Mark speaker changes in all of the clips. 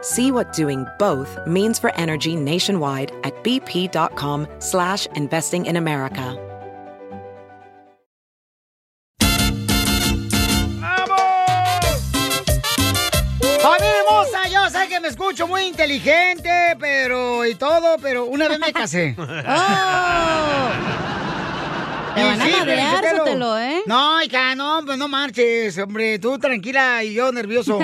Speaker 1: See what doing both means for energy nationwide at bp.com slash investing in America.
Speaker 2: ¡Familia hermosa! Yo sé que me escucho muy inteligente, pero y todo, pero una vez me casé. Oh.
Speaker 3: Te van a
Speaker 2: Y sí,
Speaker 3: madrear,
Speaker 2: Felicitelo.
Speaker 3: Sotelo, ¿eh?
Speaker 2: No, hija, no, pues no marches, hombre. Tú tranquila y yo nervioso.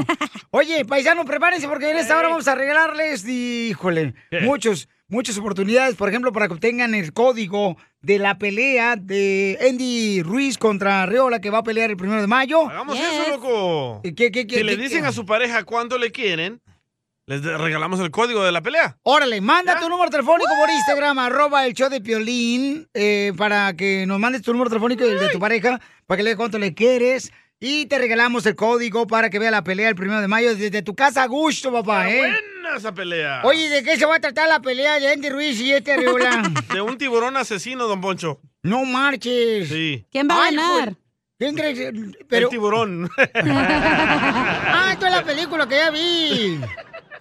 Speaker 2: Oye, paisano, prepárense porque en esta hora vamos a regalarles, híjole, muchos, muchas oportunidades. Por ejemplo, para que obtengan el código de la pelea de Andy Ruiz contra Reola, que va a pelear el primero de mayo.
Speaker 4: Hagamos eso, loco.
Speaker 2: ¿Qué, qué, qué,
Speaker 4: si le
Speaker 2: qué-
Speaker 4: dicen
Speaker 2: qué?
Speaker 4: a su pareja cuánto le quieren, les de- regalamos el código de la pelea.
Speaker 2: Órale, manda tu número telefónico por Instagram, arroba el show de Piolín, eh, para que nos mandes tu número telefónico y el de tu pareja, para que le digas cuánto le quieres. Y te regalamos el código para que vea la pelea el primero de mayo desde tu casa a gusto, papá, ¿eh?
Speaker 4: Buena esa pelea.
Speaker 2: Oye, ¿de qué se va a tratar la pelea de Andy Ruiz y este Arreola?
Speaker 4: De un tiburón asesino, don Poncho.
Speaker 2: no marches.
Speaker 4: Sí.
Speaker 3: ¿Quién va a
Speaker 2: Ay,
Speaker 3: ganar?
Speaker 2: joder. ¿Quién crees? Pero...
Speaker 4: El tiburón.
Speaker 2: Ah, esto es la película que ya vi.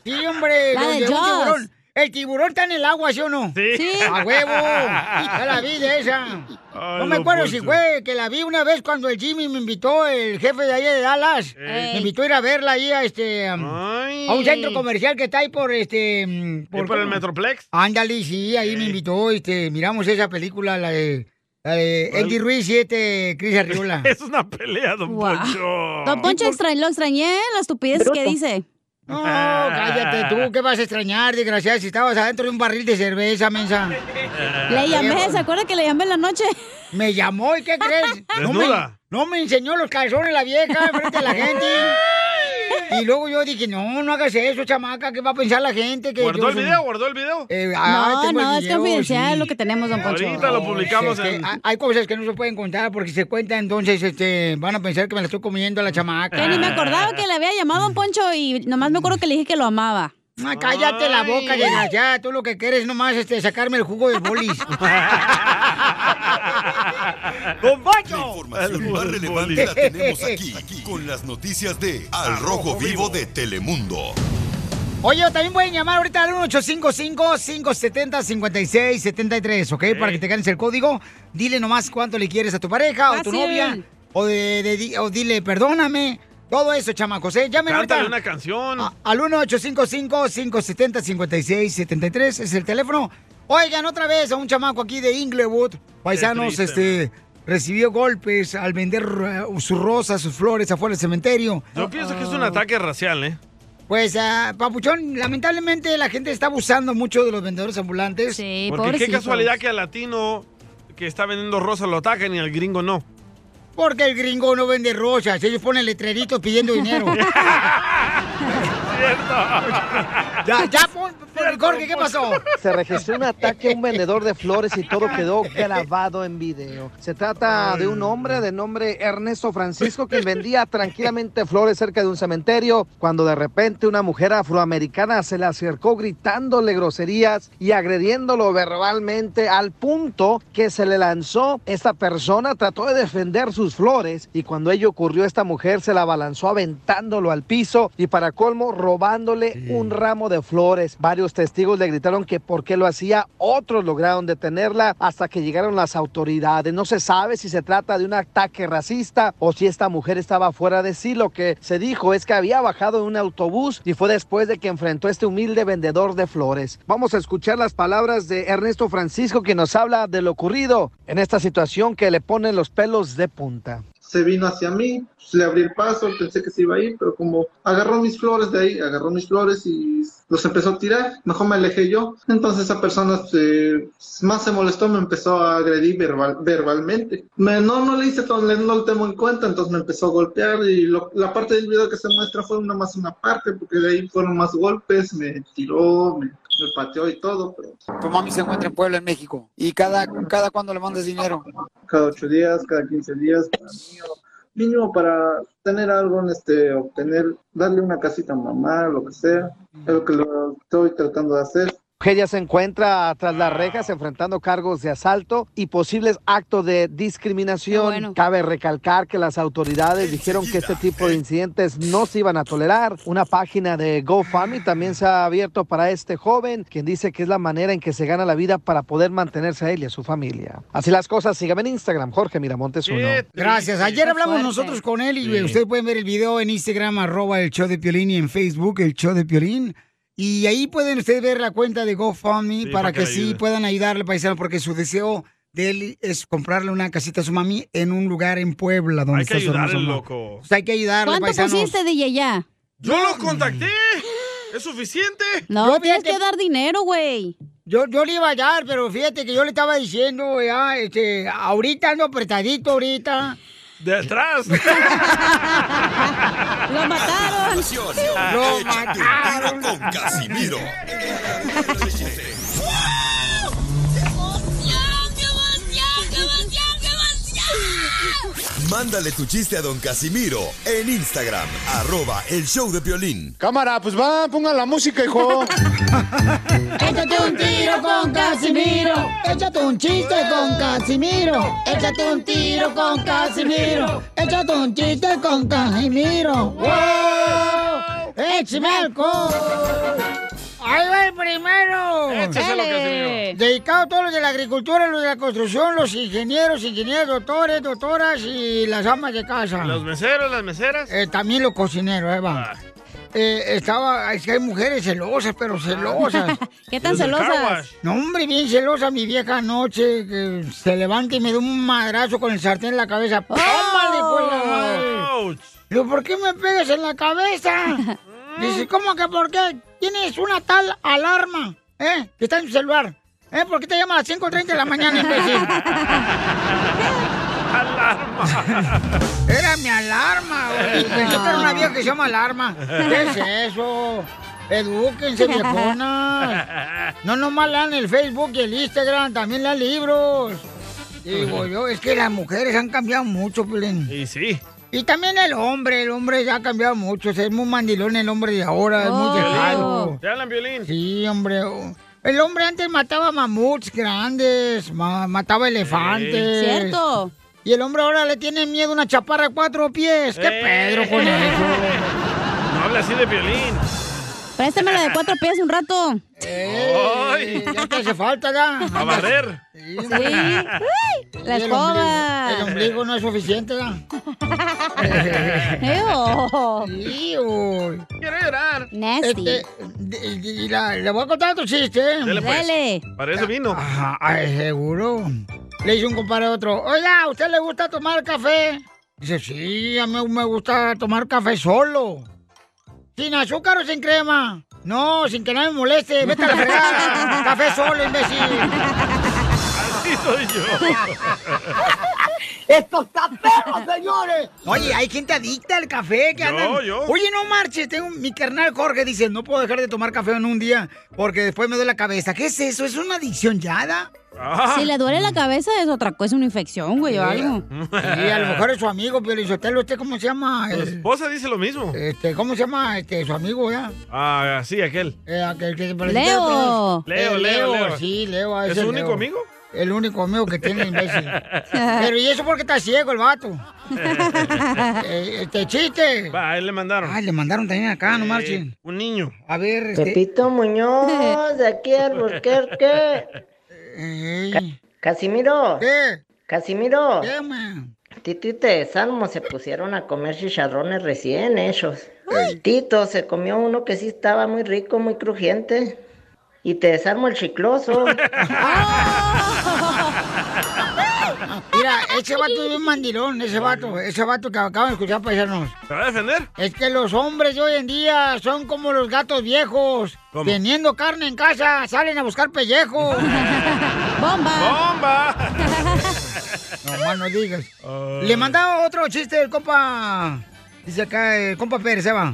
Speaker 2: Sí, hombre,
Speaker 3: La de
Speaker 2: donde un
Speaker 3: Jaws.
Speaker 2: tiburón. El tiburón está en el agua, ¿sí o no?
Speaker 4: Sí. Sí.
Speaker 2: A huevo. Ya la vi de esa. No me acuerdo si fue que la vi una vez cuando el Jimmy me invitó, el jefe de allá de Dallas.
Speaker 4: Ey.
Speaker 2: Me invitó a ir a verla ahí a este. um,
Speaker 4: Ay.
Speaker 2: A un centro comercial que está ahí por este. um,
Speaker 4: ¿Y por el
Speaker 2: ¿cómo?
Speaker 4: Metroplex?
Speaker 2: Ándale, sí, ahí me invitó, este, miramos esa película, la de, la de
Speaker 4: ¿Cuál?
Speaker 2: Andy Ruiz y este Cris Arriola.
Speaker 4: Es una pelea, don
Speaker 3: Guau.
Speaker 4: Poncho.
Speaker 3: Don Poncho, extra- lo extrañé, la estupidez que dice.
Speaker 2: No, cállate tú, ¿qué vas a extrañar, desgraciado? Si estabas adentro de un barril de cerveza, mensa.
Speaker 3: Le llamé,
Speaker 2: bueno.
Speaker 3: ¿se acuerda que le llamé en la noche?
Speaker 2: Ah, Me llamó, ¿y qué crees? No me,
Speaker 4: Desnuda.
Speaker 2: no me enseñó los calzones la vieja frente a la gente. Y luego yo dije, no, no hagas eso, chamaca, ¿qué va a pensar la gente? Que
Speaker 4: ¿Guardó
Speaker 2: yo
Speaker 4: el
Speaker 2: soy-
Speaker 4: video? ¿Guardó el video?
Speaker 2: Eh, ah,
Speaker 3: no,
Speaker 2: tengo el
Speaker 3: no, es
Speaker 2: video,
Speaker 3: confidencial
Speaker 2: sí.
Speaker 3: lo que tenemos, don Poncho.
Speaker 4: Ahorita lo publicamos
Speaker 2: Es que
Speaker 4: en...
Speaker 2: hay- Hay cosas que no se pueden contar porque si se cuentan, entonces este, van a pensar que me la estoy comiendo a la chamaca.
Speaker 3: Que ni me acordaba que le había llamado a don Poncho y nomás me acuerdo que le dije que lo amaba.
Speaker 2: Ah, cállate la boca,
Speaker 4: Ay.
Speaker 2: desgraciada. Tú lo que quieres nomás es este, sacarme el jugo del bolis. ¡Don
Speaker 5: La
Speaker 2: Poncho!
Speaker 5: información más relevante la tenemos aquí, aquí, con las noticias de Al Rojo Vivo de Telemundo.
Speaker 2: Oye, también pueden llamar ahorita al 1855-570-5673, ¿ok? Para que te ganes el código. Dile nomás cuánto le quieres a tu pareja o tu
Speaker 3: Fácil.
Speaker 2: novia. O, de, de- di- o dile, perdóname. Todo eso, chamacos, ¿eh? Llamen
Speaker 4: Cántale
Speaker 2: ahorita.
Speaker 4: una canción.
Speaker 2: A- Al 1-855-570-5673 es el teléfono. Oigan, otra vez a un chamaco aquí de Inglewood, paisanos,
Speaker 4: triste,
Speaker 2: este, recibió golpes al vender eh, sus rosas, sus flores afuera del cementerio.
Speaker 4: Yo pienso que es un ataque racial, ¿eh?
Speaker 2: Pues, ah, Papuchón, lamentablemente la gente está abusando mucho de los vendedores ambulantes.
Speaker 3: Sí,
Speaker 4: Porque
Speaker 3: pobre.
Speaker 4: qué casualidad que al latino que está vendiendo rosa lo atacan y al gringo no.
Speaker 2: Porque el gringo no vende rosas, ellos ponen letreritos pidiendo dinero. ya, ya, pon, pon el corte, ¿qué pasó?
Speaker 6: Se registró un ataque a un vendedor de flores y todo quedó grabado en video. Se trata de un hombre de nombre Ernesto Francisco que vendía tranquilamente flores cerca de un cementerio cuando de repente una mujer afroamericana se le acercó gritándole groserías y agrediéndolo verbalmente al punto que se le lanzó. Esta persona trató de defender sus flores y cuando ello ocurrió esta mujer se la abalanzó aventándolo al piso y para colmo robándole un ramo de flores. Varios Algunos testigos le gritaron que por qué lo hacía, otros lograron detenerla hasta que llegaron las autoridades. No se sabe si se trata de un ataque racista o si esta mujer estaba fuera de sí. Lo que se dijo es que había bajado en un autobús y fue después de que enfrentó a este humilde vendedor de flores. Vamos a escuchar las palabras de Ernesto Francisco que nos habla de lo ocurrido en esta situación que le ponen los pelos de punta
Speaker 7: se vino hacia mí, pues le abrí el paso, pensé que se iba a ir, pero como agarró mis flores de ahí, agarró mis flores y los empezó a tirar, mejor me alejé yo. Entonces esa persona se, más se molestó, me empezó a agredir verbal, verbalmente. Me, no, no le hice todo, no lo tengo en cuenta, entonces me empezó a golpear y lo, la parte del video que se muestra fue una más una parte, porque de ahí fueron más golpes, me tiró, me, me pateó y todo. Pero...
Speaker 2: Tu mami se encuentra en Puebla, en México. ¿Y cada, cada cuándo le mandas dinero?
Speaker 7: Cada ocho días, cada quince días, para mínimo, mínimo para tener algo, en este, obtener, darle una casita a mamá, lo que sea. Es lo que lo estoy tratando de hacer.
Speaker 6: Ella se encuentra tras las rejas
Speaker 3: Ah.
Speaker 6: enfrentando cargos de asalto y posibles actos de discriminación.
Speaker 3: bueno.
Speaker 6: Cabe recalcar que las autoridades dijeron que este tipo
Speaker 3: ¿eh?
Speaker 6: de incidentes no se iban a tolerar. Una página de GoFundMe también se ha abierto para este joven, quien dice que es la manera en que se gana la vida para poder mantenerse a él y a su familia. Así las cosas, síganme en Instagram, Jorge Miramontes uno.
Speaker 2: Gracias. Ayer
Speaker 3: Qué
Speaker 2: hablamos
Speaker 3: fuerte.
Speaker 2: nosotros con él y
Speaker 4: Sí.
Speaker 2: ustedes pueden ver el video en Instagram, arroba el show de Piolín y en Facebook, el show de Piolín. Y ahí pueden ustedes ver la cuenta de GoFundMe
Speaker 4: Sí,
Speaker 2: para,
Speaker 4: para
Speaker 2: que,
Speaker 4: que le
Speaker 2: sí
Speaker 4: ayude.
Speaker 2: puedan ayudarle, paisano, porque su deseo de él es comprarle una casita a su mami en un lugar en Puebla donde
Speaker 4: Hay que
Speaker 2: está su hermosa
Speaker 4: ayudarle,
Speaker 2: mamá.
Speaker 4: loco.
Speaker 2: O sea, hay que ayudarle,
Speaker 3: ¿Cuánto
Speaker 2: paisanos.
Speaker 3: pusiste, DJ, ya?
Speaker 4: ¡Yo los contacté! ¿Es suficiente?
Speaker 3: No,
Speaker 2: Yo,
Speaker 3: tienes
Speaker 2: fíjate-
Speaker 3: que dar dinero, güey.
Speaker 2: Yo, yo le iba a dar, pero fíjate que yo le estaba diciendo, ya, este, ahorita ando apretadito, ahorita.
Speaker 4: ¡Detrás!
Speaker 3: ¡Lo mataron!
Speaker 2: Lo
Speaker 5: Échate un tiro
Speaker 2: mataron.
Speaker 5: con Casimiro. Mándale tu chiste a don Casimiro en Instagram, arroba el show de violín.
Speaker 8: Cámara, pues va, pongan la música, hijo.
Speaker 2: Échate un tiro con Casimiro. Échate un chiste con Casimiro. Échate un tiro con Casimiro. Échate un chiste con Casimiro. ¡Wow! ¡Échame alcohol! ¡Ahí va el primero!
Speaker 4: Écheselo,
Speaker 3: Dale.
Speaker 4: Casimiro.
Speaker 2: Dedicado a todos los de la agricultura, los de la construcción, los ingenieros, ingenieras, doctores, doctoras y las amas de casa.
Speaker 4: ¿Los meseros, las meseras?
Speaker 2: Eh, también los cocineros, Eva.
Speaker 4: Ah.
Speaker 2: Eh, estaba, es que hay mujeres celosas, pero celosas.
Speaker 3: ¿Qué tan
Speaker 4: ¿Los del car
Speaker 3: celosas?
Speaker 4: wash?
Speaker 2: No, hombre, bien celosa mi vieja anoche, que se levanta y me da un madrazo con el sartén en la cabeza. ¡Tómale, pues, la madre!
Speaker 4: Ouch.
Speaker 2: Le digo, ¿por qué me pegas en la cabeza? Dice, ¿cómo que por qué? Tienes una tal alarma, ¿eh? Que está en tu celular. ¿Eh? ¿Por qué te llama a las 5.30 de la mañana, imbécil?
Speaker 4: ¡Alarma!
Speaker 2: Era mi alarma, güey. Pensé que era una vieja que se llama alarma. ¿Qué es eso? Edúquense, viejonas. No nomás lean el Facebook y el Instagram, también lean libros. Digo yo, es que las mujeres han cambiado mucho, Piolín.
Speaker 4: y sí.
Speaker 2: Y también el hombre, el hombre ya ha cambiado mucho. o sea, es muy mandilón el hombre de ahora, es
Speaker 3: Oh.
Speaker 2: muy dejado.
Speaker 4: Violín. ¿Te hablan violín?
Speaker 2: Sí, hombre. oh. El hombre antes mataba mamuts grandes, ma- mataba elefantes.
Speaker 3: ¿Cierto?
Speaker 2: Y el hombre ahora le tiene miedo a una chaparra de cuatro pies. ¿Qué
Speaker 4: Eh.
Speaker 2: pedro con eso?
Speaker 4: No habla así de violín.
Speaker 3: Préstame la de cuatro pies un rato.
Speaker 2: Ey, ya te hace falta,
Speaker 4: A
Speaker 2: ya.
Speaker 4: barrer.
Speaker 2: Sí,
Speaker 3: Sí. Uy, La
Speaker 2: Y el ombligo- El
Speaker 3: escoba.
Speaker 2: ombligo no es suficiente, ¿verdad?
Speaker 3: Ew.
Speaker 2: Sí, uy.
Speaker 4: Quiero llorar.
Speaker 3: Nasty.
Speaker 2: Este, de- de- la- le voy a contar otro chiste. ¿eh? Ah,
Speaker 4: Dele, pues.
Speaker 3: Dale.
Speaker 4: Para eso vino.
Speaker 2: Ajá, ay, seguro. Le dice un compadre a otro, oiga, ¿a usted le gusta tomar café? Dice, sí, a mí me gusta tomar café solo. ¿Sin azúcar o sin crema? No, sin que nadie me moleste, vete a la fregada. café solo, imbécil.
Speaker 4: Así soy yo.
Speaker 2: ¡Esto está perro, señores! Oye, hay gente adicta al café que
Speaker 4: Yo,
Speaker 2: andan...
Speaker 4: yo.
Speaker 2: Oye, no marches, tengo mi carnal Jorge dice, no puedo dejar de tomar café en un día porque después me duele la cabeza. ¿Qué es eso? ¿Es una adicción ya, da?
Speaker 4: Ah,
Speaker 3: Si le duele la cabeza es otra cosa, es una infección, güey, o algo.
Speaker 2: Y a lo mejor es su amigo, pero ¿usted cómo se llama?
Speaker 4: su
Speaker 2: El-
Speaker 4: esposa dice lo mismo.
Speaker 2: este, ¿Cómo se llama este, su amigo, ya?
Speaker 4: Ah, sí, aquel.
Speaker 2: Eh, aquel que se parecía a
Speaker 3: Leo.
Speaker 2: otros.
Speaker 4: Leo, Leo, Leo.
Speaker 2: Sí, Leo.
Speaker 4: ¿Es
Speaker 2: ese
Speaker 4: su único
Speaker 2: Leo.
Speaker 4: amigo?
Speaker 2: El único amigo que tiene, imbécil. Pero ¿y eso por qué está ciego el vato? Eh, este chiste.
Speaker 4: Va, a él le mandaron.
Speaker 2: Ah, le mandaron también acá, no
Speaker 4: Eh,
Speaker 2: marchen.
Speaker 4: Un niño.
Speaker 2: A ver, este...
Speaker 9: Pepito Muñoz, de aquí al Burquerque. Casimiro. Casimiro.
Speaker 2: ¿Qué,
Speaker 9: Tito y Salmo se pusieron a comer chicharrones recién hechos. Tito se comió uno que sí estaba muy rico, muy crujiente. Y te desarmo el chicloso.
Speaker 2: Mira, ese vato es un mandilón, ese vato, ese vato que acabamos de escuchar paisanos.
Speaker 4: ¿Se va a defender?
Speaker 2: Es que los hombres de hoy en día son como los gatos viejos.
Speaker 4: ¿Cómo?
Speaker 2: Teniendo carne en casa, salen a buscar pellejo.
Speaker 4: ¡Bomba!
Speaker 2: No más no digas.
Speaker 4: Oh.
Speaker 2: Le mandaba otro chiste el compa. Dice acá el compa Pérez, se va.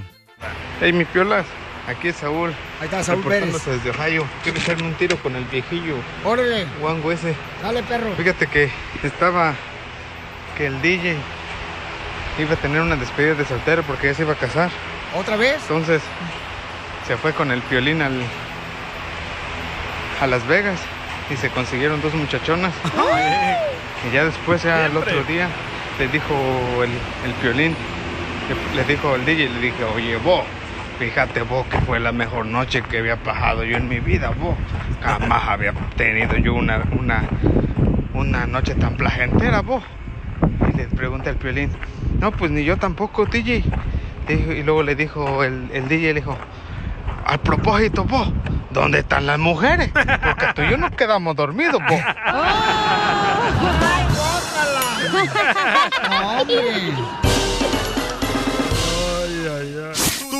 Speaker 10: Hey, mis piolas, aquí es Saúl.
Speaker 2: Ahí está Saúl
Speaker 10: reportándose
Speaker 2: Pérez.
Speaker 10: desde Ohio. Quiero echarme un tiro con el viejillo.
Speaker 2: Órale.
Speaker 10: Juango ese.
Speaker 2: Dale, perro.
Speaker 10: Fíjate que estaba que el DJ iba a tener una despedida de soltero porque ya se iba a casar.
Speaker 2: ¿Otra vez?
Speaker 10: Entonces se fue con el piolín al, a Las Vegas y se consiguieron dos muchachonas. Y ya después, ya el otro día, le dijo el, el piolín, le, le dijo el DJ, le dije, oye, vos, fíjate vos que fue la mejor noche que había pasado yo en mi vida, vos. Jamás había tenido yo una, una, una noche tan placentera, vos. Y le pregunta el piolín, no, pues ni yo tampoco, DJ. Dijo- Y luego le dijo el, el DJ, le dijo, a propósito, vos, ¿dónde están las mujeres? Porque tú y yo nos quedamos dormidos, vos.
Speaker 2: No, hombre.
Speaker 5: Tú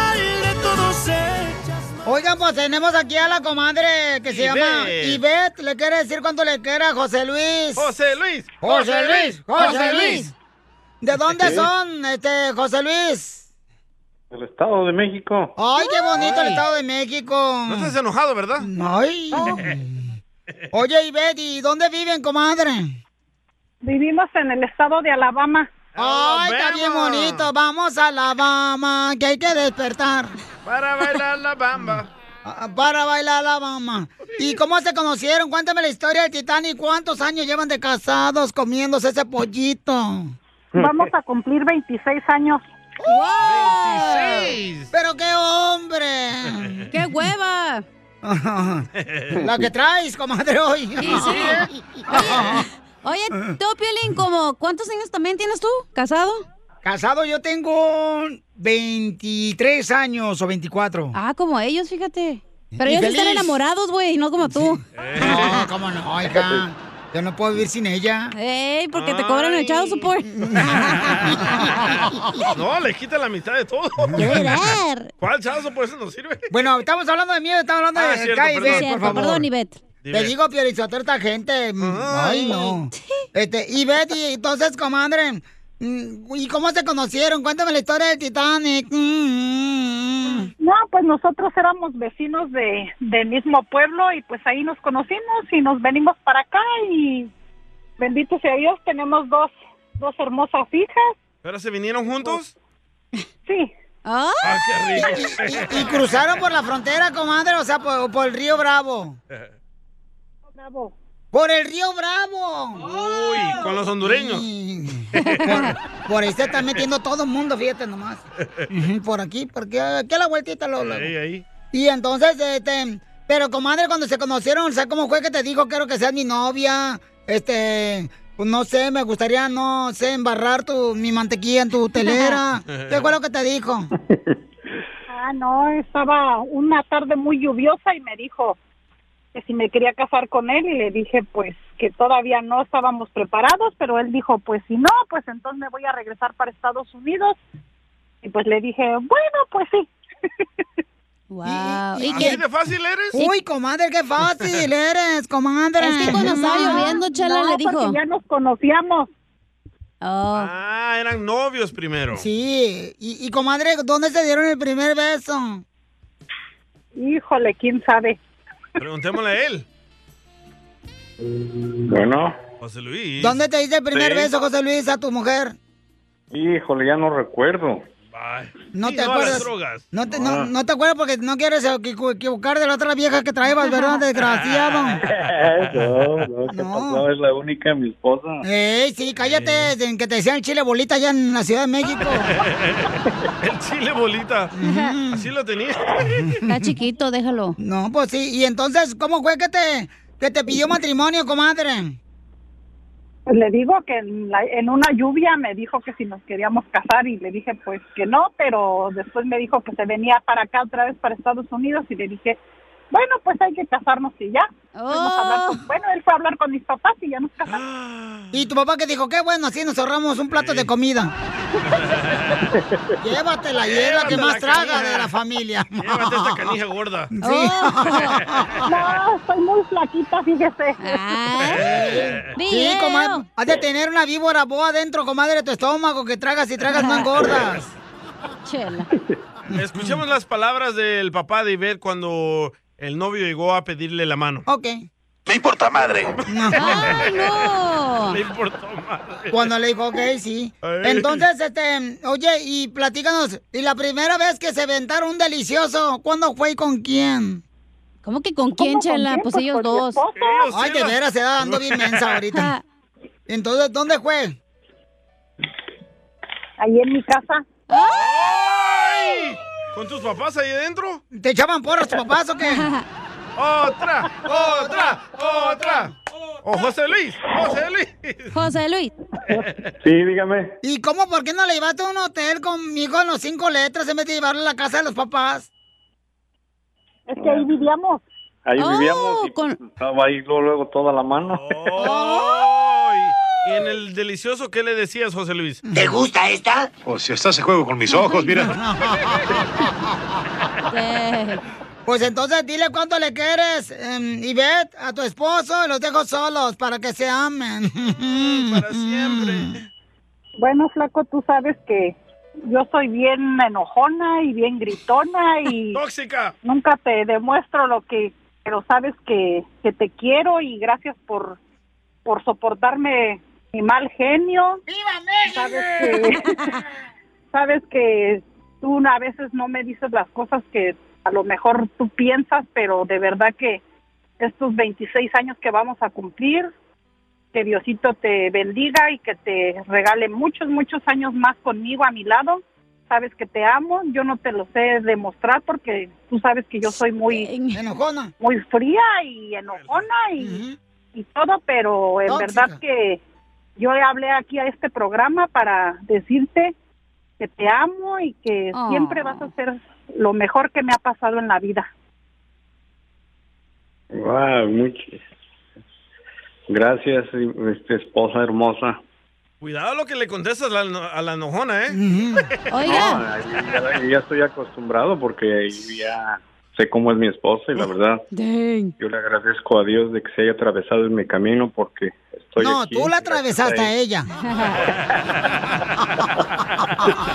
Speaker 11: de todos ellas?
Speaker 2: Oigan, pues tenemos aquí a la comadre que se
Speaker 11: Ivette.
Speaker 2: llama Ivette. ¿Le quiere decir cuánto le quiere a José Luis?
Speaker 4: José Luis.
Speaker 2: José Luis. José Luis. ¿De dónde
Speaker 12: Sí.
Speaker 2: son, este, José Luis?
Speaker 12: El Estado de México.
Speaker 2: Ay, qué bonito el
Speaker 12: Ay.
Speaker 2: Estado de México.
Speaker 4: No estás enojado, ¿verdad? Oh.
Speaker 2: Ay. Oye, Ivette, ¿y dónde viven, comadre?
Speaker 13: Vivimos en el estado de Alabama.
Speaker 2: Ay, está
Speaker 13: Alabama.
Speaker 2: bien bonito. Vamos a Alabama, que hay que despertar.
Speaker 4: Para bailar la bamba.
Speaker 2: Ah, Para bailar Alabama. ¿Y cómo se conocieron? Cuéntame la historia del Titanic. ¿Cuántos años llevan de casados comiéndose ese pollito?
Speaker 13: Vamos a cumplir 26 años.
Speaker 2: ¡26! ¡Pero qué hombre! ¡Qué hueva! La que traes, comadre, hoy.
Speaker 3: Sí, sí.
Speaker 2: ¿eh?
Speaker 3: Oye, tú, Piolín, como, ¿cuántos años también tienes tú? ¿Casado?
Speaker 2: Casado yo tengo 23 años o 24.
Speaker 3: Ah, como ellos, fíjate. Pero
Speaker 2: Y
Speaker 3: ellos están
Speaker 2: feliz.
Speaker 3: enamorados, güey, no como tú.
Speaker 4: Eh.
Speaker 2: No, cómo no, hija. Yo no puedo vivir sin ella.
Speaker 3: Ey, porque te cobran el chavo support.
Speaker 4: No, le quita la mitad de todo.
Speaker 3: llorar.
Speaker 4: ¿Cuál chazo? Pues no sirve.
Speaker 2: Bueno, estamos hablando de mí, estamos hablando
Speaker 4: Ah,
Speaker 2: de
Speaker 4: cierto,
Speaker 2: acá,
Speaker 4: perdón.
Speaker 2: Ivette, por
Speaker 4: Cierto,
Speaker 2: favor.
Speaker 4: perdón,
Speaker 3: Ivette.
Speaker 2: Te digo, Piorizotor, esta gente. mm, Ay, no. Este, Ivette, y entonces, comadre, mm, ¿y cómo se conocieron? Cuéntame la historia del Titanic. Mm, mm.
Speaker 13: No, pues nosotros éramos vecinos de del mismo pueblo y pues ahí nos conocimos y nos venimos para acá y bendito sea Dios, tenemos dos dos hermosas hijas.
Speaker 4: ¿Pero se vinieron juntos?
Speaker 13: Sí.
Speaker 3: Ah,
Speaker 4: qué
Speaker 2: Y, y cruzaron por la frontera, comadre, o sea, por, por el río Bravo.
Speaker 13: Bravo.
Speaker 2: Por el río Bravo.
Speaker 4: Uy, con los hondureños.
Speaker 2: Por, por ahí se está metiendo todo el mundo, fíjate nomás. Ujú, Por aquí, porque aquí a la vueltita, Lola.
Speaker 4: Ahí, ahí.
Speaker 2: Y entonces, este, pero comadre, cuando se conocieron, o sea, ¿cómo fue que te dijo, quiero que seas mi novia? Este, pues no sé, me gustaría, no sé, embarrar tu, mi mantequilla en tu telera. ¿Qué fue lo que te dijo?
Speaker 13: Ah, no, estaba una tarde muy lluviosa y me dijo que si me quería casar con él y le dije pues que todavía no estábamos preparados, pero él dijo pues si no, pues entonces me voy a regresar para Estados Unidos y pues le dije bueno pues sí.
Speaker 3: Wow.
Speaker 4: ¿Así de fácil eres?
Speaker 2: Uy, comadre, qué fácil eres, comadre.
Speaker 3: Es que cuando estaba lloviendo, Chela, le dijo. Oh.
Speaker 13: porque ya nos conocíamos.
Speaker 4: Ah, eran novios primero.
Speaker 2: Sí, y, y comadre, ¿dónde se dieron el primer beso?
Speaker 13: Híjole, quién sabe.
Speaker 4: Preguntémosle a él.
Speaker 12: Bueno,
Speaker 4: José Luis.
Speaker 2: ¿Dónde te diste el primer
Speaker 12: Sí.
Speaker 2: beso, José Luis, a tu mujer?
Speaker 12: híjole, ya no recuerdo.
Speaker 2: No
Speaker 4: Y
Speaker 2: te
Speaker 4: no a las
Speaker 2: acuerdas.
Speaker 4: drogas.
Speaker 2: No te,
Speaker 12: Ah.
Speaker 2: no, no te acuerdas porque no quieres equi- equivocar de la otra vieja que traebas, ¿verdad? Desgraciado.
Speaker 12: no, no, ¿qué pasó? Es la única, mi esposa.
Speaker 2: Ey, sí, cállate, en que te decían el chile bolita allá en la Ciudad de México.
Speaker 4: El chile bolita. Así lo tenía.
Speaker 2: Está chiquito, déjalo. No, pues sí. Y entonces, ¿cómo fue que te, que te pidió matrimonio, comadre?
Speaker 13: Pues Le digo que en, la- en una lluvia me dijo que si nos queríamos casar y le dije pues que no, pero después me dijo que se venía para acá otra vez para Estados Unidos y le dije, bueno, pues hay que casarnos y ya. Fuimos a hablar con- bueno, él fue a hablar con mis papás y ya nos casamos.
Speaker 2: Y tu papá que dijo, qué bueno, así nos ahorramos un plato de comida. Llévatela y es la que
Speaker 4: Llévatela,
Speaker 2: más traga
Speaker 4: canija.
Speaker 2: de la familia.
Speaker 4: Llévate esta canija gorda.
Speaker 2: Sí. Oh,
Speaker 13: no, estoy muy flaquita, fíjese.
Speaker 2: Ah. Sí, comadre. Has de tener una víbora boa adentro, comadre, de tu estómago, que tragas y tragas no engordas. Chela.
Speaker 4: Escuchemos las palabras del papá de Ivette cuando el novio llegó a pedirle la mano.
Speaker 2: Ok.
Speaker 4: Me importa madre.
Speaker 2: no!
Speaker 4: Le importó madre.
Speaker 2: Cuando le dijo, ok, sí.
Speaker 4: Ay.
Speaker 2: Entonces, este, oye, y platícanos, ¿y la primera vez que se aventaron un delicioso, cuándo fue y con quién? ¿Cómo que con
Speaker 3: quién, con Chela? quién? Pues Pues ellos con mi dos. esposo. Ellos,
Speaker 2: Ay, de
Speaker 3: Chela.
Speaker 2: veras, se da dando bien mensa ahorita. Entonces, ¿dónde fue?
Speaker 13: Ahí en mi casa.
Speaker 4: ¡Ay! ¿Con tus papás ahí adentro?
Speaker 2: ¿Te echaban porras tus papás o qué?
Speaker 4: ¡Otra! ¡Otra! ¡Otra! ¡Oh, José Luis! ¡José Luis!
Speaker 2: José Luis.
Speaker 12: Sí, dígame.
Speaker 2: ¿Y cómo, por qué no le llevaste a un hotel conmigo en los cinco letras en vez de llevarle a la casa de los papás?
Speaker 13: Es que ahí vivíamos.
Speaker 12: Ahí
Speaker 13: Oh,
Speaker 12: vivíamos y
Speaker 13: con-
Speaker 12: estaba ahí luego, luego toda la mano.
Speaker 4: ¿Y en el delicioso qué le decías, José Luis?
Speaker 11: ¿Te gusta
Speaker 4: esta?
Speaker 8: O si estás se juego con mis ojos, mira.
Speaker 2: Pues entonces dile cuánto le quieres, em, Ivette, a tu esposo y los dejo solos para que se amen. para siempre.
Speaker 13: Bueno, flaco, tú sabes que yo soy bien enojona y bien gritona y...
Speaker 4: ¡Tóxica!
Speaker 13: Nunca te demuestro lo que... Pero sabes que, que te quiero y gracias por, por soportarme mi mal genio. Sabes que... sabes que tú a veces no me dices las cosas que a lo mejor tú piensas, pero de verdad que estos 26 años que vamos a cumplir, que Diosito te bendiga y que te regale muchos, muchos años más conmigo a mi lado. Sabes que te amo, yo no te lo sé demostrar porque tú sabes que yo soy muy
Speaker 2: enojona,
Speaker 13: muy fría y enojona y, y todo, pero en
Speaker 2: Tóxica.
Speaker 13: verdad que yo hablé aquí a este programa para decirte que te amo y que
Speaker 3: Oh.
Speaker 13: siempre vas a ser lo mejor que me ha pasado en la vida.
Speaker 12: Wow, mucho. Gracias, este, esposa hermosa.
Speaker 4: Cuidado lo que le contestas a la, a la enojona, ¿eh?
Speaker 13: Ah.
Speaker 12: No, ahí ya, ya estoy acostumbrado porque ahí ya sé cómo es mi esposa y la verdad, yo le agradezco a Dios de que se haya atravesado en mi camino porque estoy
Speaker 2: no,
Speaker 12: aquí.
Speaker 2: tú la atravesaste ¿eh? a ella.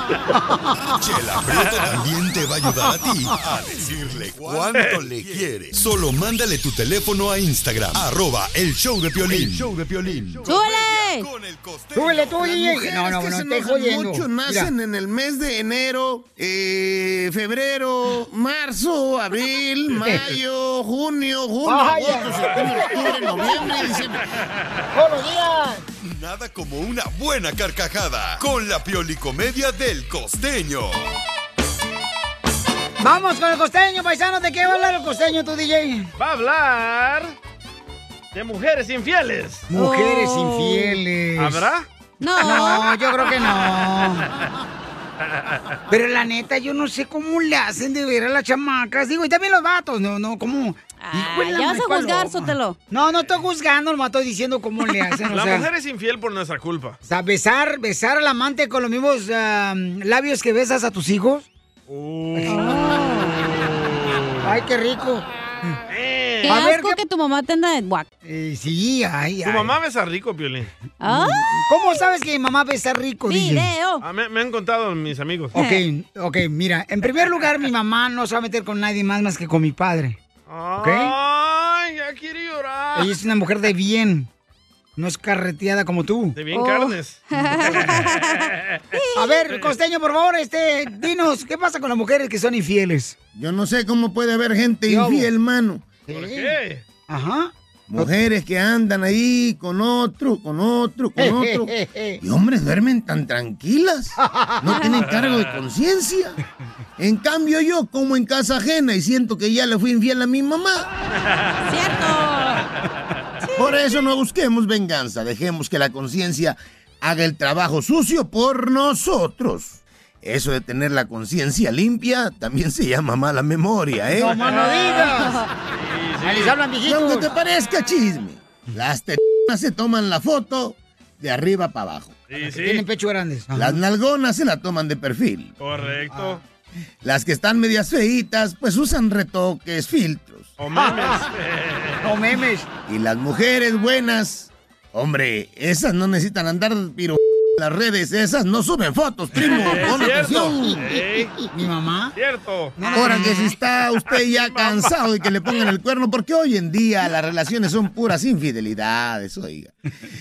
Speaker 5: Chela Prieto también te va a ayudar a ti a decirle cuánto le quieres. Solo mándale tu teléfono a Instagram, arroba el show de Piolín. show de Piolín.
Speaker 2: ¡Súbele! ¡Súbele tú, DJ! No, no,
Speaker 5: que
Speaker 2: no,
Speaker 5: se
Speaker 2: estoy
Speaker 5: enojan
Speaker 2: jodiendo.
Speaker 5: mucho
Speaker 2: Mira.
Speaker 8: Nacen en el mes de enero, eh, febrero, marzo, abril, mayo, junio, julio,
Speaker 11: Vaya.
Speaker 8: agosto, septiembre, octubre, noviembre y diciembre.
Speaker 5: Nada como una buena carcajada con la piolicomedia del costeño.
Speaker 2: Vamos con el costeño, paisano. ¿De qué va a hablar el costeño, tu DJ?
Speaker 4: Va a hablar de mujeres infieles. Oh.
Speaker 2: Mujeres infieles.
Speaker 4: ¿Habrá?
Speaker 2: No. No, yo creo que no. Pero la neta, yo no sé cómo le hacen de ver a las chamacas. Digo, y también los vatos, no, no, ¿cómo? Hijo de la
Speaker 3: Ah, ya vas
Speaker 2: madre,
Speaker 3: a juzgar,
Speaker 2: paloma. No, no estoy juzgando, nomás estoy diciendo cómo le hacen. o
Speaker 4: La
Speaker 2: sea,
Speaker 4: mujer es infiel por nuestra culpa.
Speaker 2: o sea, besar, besar al amante con los mismos ah, labios que besas a tus
Speaker 4: Eh.
Speaker 2: hijos. Ay, qué rico.
Speaker 3: Qué
Speaker 2: A ver,
Speaker 3: asco que tu mamá te anda de guac.
Speaker 2: sí, ay, ay.
Speaker 4: Tu
Speaker 2: Ah,
Speaker 4: mamá besa rico, Piolín.
Speaker 2: ¿Cómo sabes que mi mamá besa rico? DJ?
Speaker 4: Ah, me, me han contado mis amigos.
Speaker 2: Ok, ok, mira. En primer lugar, mi mamá no se va a meter con nadie más más que con mi padre. ¿Ok?
Speaker 4: Ay, ya quiero llorar.
Speaker 2: Ella es una mujer de bien. No es carreteada como tú.
Speaker 4: De bien carnes.
Speaker 2: Oh.
Speaker 3: Oh.
Speaker 2: A ver, Costeño, por favor, este, dinos, ¿qué pasa con las mujeres que son infieles?
Speaker 8: Yo no sé cómo puede haber gente
Speaker 2: Yo-
Speaker 8: infiel, mano.
Speaker 4: ¿Por qué?
Speaker 2: Ajá.
Speaker 8: Mujeres que andan ahí con otro, con otro, con otro. Y hombres duermen tan tranquilas. No tienen cargo de conciencia. En cambio yo como en casa ajena y siento que ya le fui infiel a mi mamá. Por eso no busquemos venganza. Dejemos que la conciencia haga el trabajo sucio por nosotros. Eso de tener la conciencia limpia también se llama mala memoria, ¿eh?
Speaker 11: No más no digas.
Speaker 2: Ya les hablan,
Speaker 8: Y aunque te parezca chisme, las tetas se toman la foto de arriba para abajo.
Speaker 2: Tienen pecho grandes.
Speaker 8: Las nalgonas se la toman de perfil.
Speaker 4: Correcto.
Speaker 8: Las que están medias feitas, pues usan retoques, filtros.
Speaker 4: O memes.
Speaker 2: o memes.
Speaker 8: Y las mujeres buenas, hombre, esas no necesitan andar piro las redes, esas no suben fotos, primo.
Speaker 4: Es
Speaker 8: Pon
Speaker 4: cierto.
Speaker 8: atención.
Speaker 4: Ey.
Speaker 2: Mi mamá.
Speaker 4: Cierto.
Speaker 8: Ahora que si está usted ya cansado de que le pongan el cuerno, porque hoy en día las relaciones son puras infidelidades, oiga.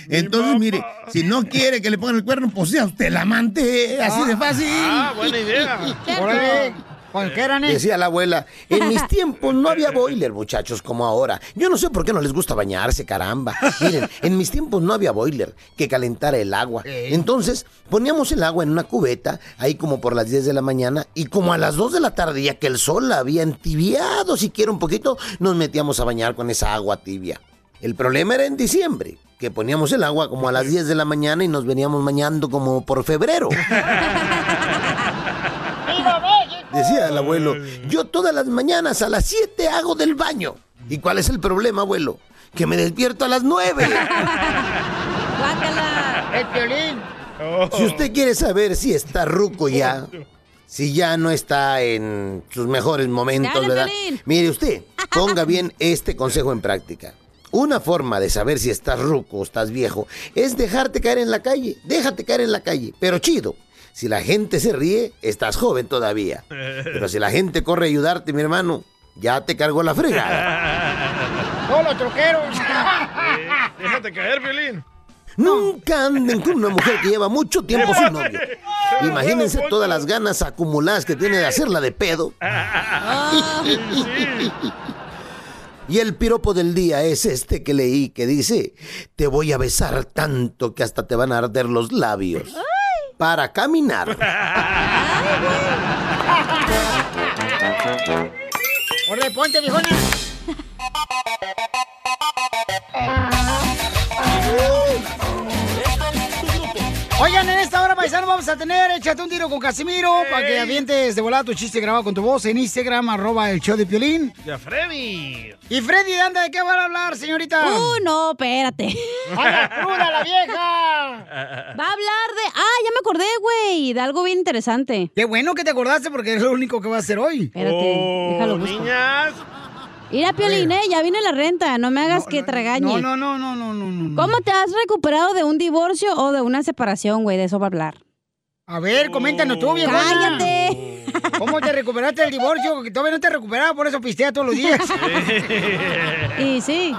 Speaker 8: Entonces, mire, si no quiere que le pongan el cuerno, pues sea usted el amante, así de fácil.
Speaker 4: Ah, buena idea.
Speaker 8: Órale.
Speaker 2: eh?
Speaker 14: Decía la abuela, en mis tiempos no había boiler, muchachos, como ahora. Yo no sé por qué no les gusta bañarse, caramba. Miren, en mis tiempos no había boiler que calentara el agua. Entonces, poníamos el agua en una cubeta, ahí como por las 10 de la mañana, y como a las 2 de la tarde, ya que el sol la había entibiado siquiera un poquito, nos metíamos a bañar con esa agua tibia. El problema era en diciembre, que poníamos el agua como a las 10 de la mañana y nos veníamos bañando como por febrero. Decía el abuelo, yo todas las mañanas a las 7 hago del baño. ¿Y cuál es el problema, abuelo? Que me despierto a las 9.
Speaker 2: El violín.
Speaker 14: Si usted quiere saber si está ruco ya, si ya no está en sus mejores
Speaker 11: Te
Speaker 14: momentos,
Speaker 11: hablan,
Speaker 14: ¿verdad?
Speaker 11: Piolín.
Speaker 14: Mire usted, ponga bien este consejo en práctica. Una forma de saber si estás ruco o estás viejo es dejarte caer en la calle. Déjate caer en la calle, pero chido. Si la gente se ríe, estás joven todavía. Pero si la gente corre a ayudarte, mi hermano, ya te cargo la fregada.
Speaker 2: Todos los troqueros.
Speaker 4: Déjate caer, Piolín.
Speaker 14: Nunca anden con una mujer que lleva mucho tiempo sin novio. Imagínense todas las ganas acumuladas que tiene de hacerla de pedo.
Speaker 4: Ah,
Speaker 14: Y el piropo del día es este que leí que dice, te voy a besar tanto que hasta te van a arder los labios. Para caminar.
Speaker 2: Órale, ponte, viejona. Oigan, en esta hora, paisano, vamos a tener Échate un tiro con Casimiro para que avientes de volada tu chiste grabado con tu voz en Instagram, arroba el show de Piolín.
Speaker 4: Ya, Freddy.
Speaker 2: Y Freddy, anda, ¿de qué van a hablar, señorita?
Speaker 3: Uh, no, espérate.
Speaker 2: ¡Anda cruda la vieja!
Speaker 3: Va a hablar de. Ah, ya me acordé, güey. De algo bien interesante.
Speaker 2: Qué bueno que te acordaste porque es lo único que va a hacer hoy.
Speaker 3: Espérate, déjalo busco.
Speaker 4: niñas.
Speaker 3: Mira, Piolín, eh, ya viene la renta. No me hagas que te regañe.
Speaker 2: No, no, no, no, no, no, no.
Speaker 3: ¿Cómo te has recuperado de un divorcio o de una separación, güey? De eso va a hablar.
Speaker 2: A ver, coméntanos tú, viejona.
Speaker 3: ¡Cállate!
Speaker 2: ¿Cómo te recuperaste del divorcio? Que todavía no te recuperaba, por eso pistea todos los días.
Speaker 3: Y sí.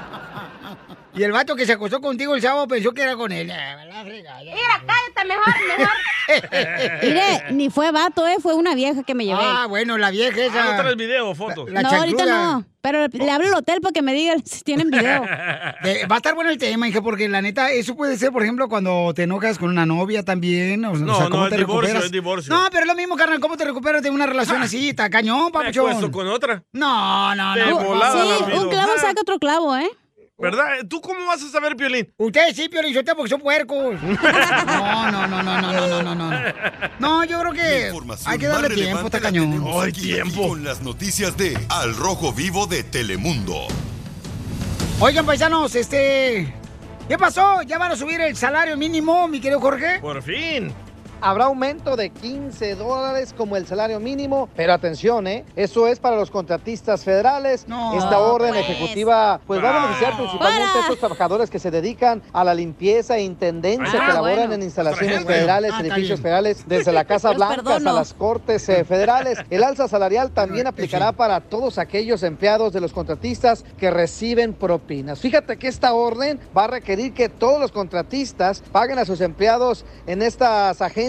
Speaker 2: Y el vato que se acostó contigo el sábado pensó que era con él.
Speaker 4: Ah,
Speaker 13: Mira, cállate mejor, mejor.
Speaker 3: Mire, ni fue vato, eh, fue una vieja que me llevé.
Speaker 2: Ah, bueno, la vieja
Speaker 4: Ah,
Speaker 2: esa.
Speaker 4: no traes video, fotos.
Speaker 3: no, ahorita no. Pero le hablo al hotel para que me digan si tienen video.
Speaker 2: Eh, va a estar bueno el tema, hija, porque la neta, eso puede ser, por ejemplo, cuando te enojas con una novia también. O, o
Speaker 4: No,
Speaker 2: sea,
Speaker 4: no,
Speaker 2: ¿cómo
Speaker 4: es
Speaker 2: te
Speaker 4: divorcio,
Speaker 2: recuperas?
Speaker 4: es divorcio. Ah.
Speaker 2: No, pero es lo mismo, carnal. ¿Cómo te recuperas de una relación así? Está cañón,
Speaker 4: Me acuesto
Speaker 2: papuchón.
Speaker 4: con otra.
Speaker 2: No, no,
Speaker 4: De
Speaker 2: no.
Speaker 4: volada la olvido.
Speaker 3: un clavo saca otro clavo, ¿eh?
Speaker 4: ¿Verdad? ¿Tú cómo vas a saber, Piolín?
Speaker 2: Ustedes sí, Piolín, yo te porque son puercos. No, no, no, no, no, no, no, no, no. No, yo creo que hay que darle tiempo, está cañón.
Speaker 5: Hoy tiempo. Con las noticias de Al Rojo Vivo de Telemundo.
Speaker 2: Oigan, paisanos, este. ¿Qué pasó? ¿Ya van a subir el salario mínimo, mi querido Jorge?
Speaker 4: Por fin.
Speaker 6: habrá aumento de 15 dólares como el salario mínimo, pero atención, ¿eh? Eso es para los contratistas federales.
Speaker 11: Ah,
Speaker 6: Esta orden ejecutiva pues va a beneficiar principalmente a estos trabajadores que se dedican a la limpieza e intendencia
Speaker 11: Ah,
Speaker 6: que laboran
Speaker 11: bueno.
Speaker 6: en instalaciones
Speaker 11: Otra gente.
Speaker 6: federales,
Speaker 11: Ah, está
Speaker 6: edificios
Speaker 11: bien.
Speaker 6: federales, desde la Casa
Speaker 11: Los
Speaker 6: Blanca hasta
Speaker 11: perdono.
Speaker 6: las Cortes eh, Federales. El alza salarial también aplicará para todos aquellos empleados de los contratistas que reciben propinas. Fíjate que esta orden va a requerir que todos los contratistas paguen a sus empleados en estas agencias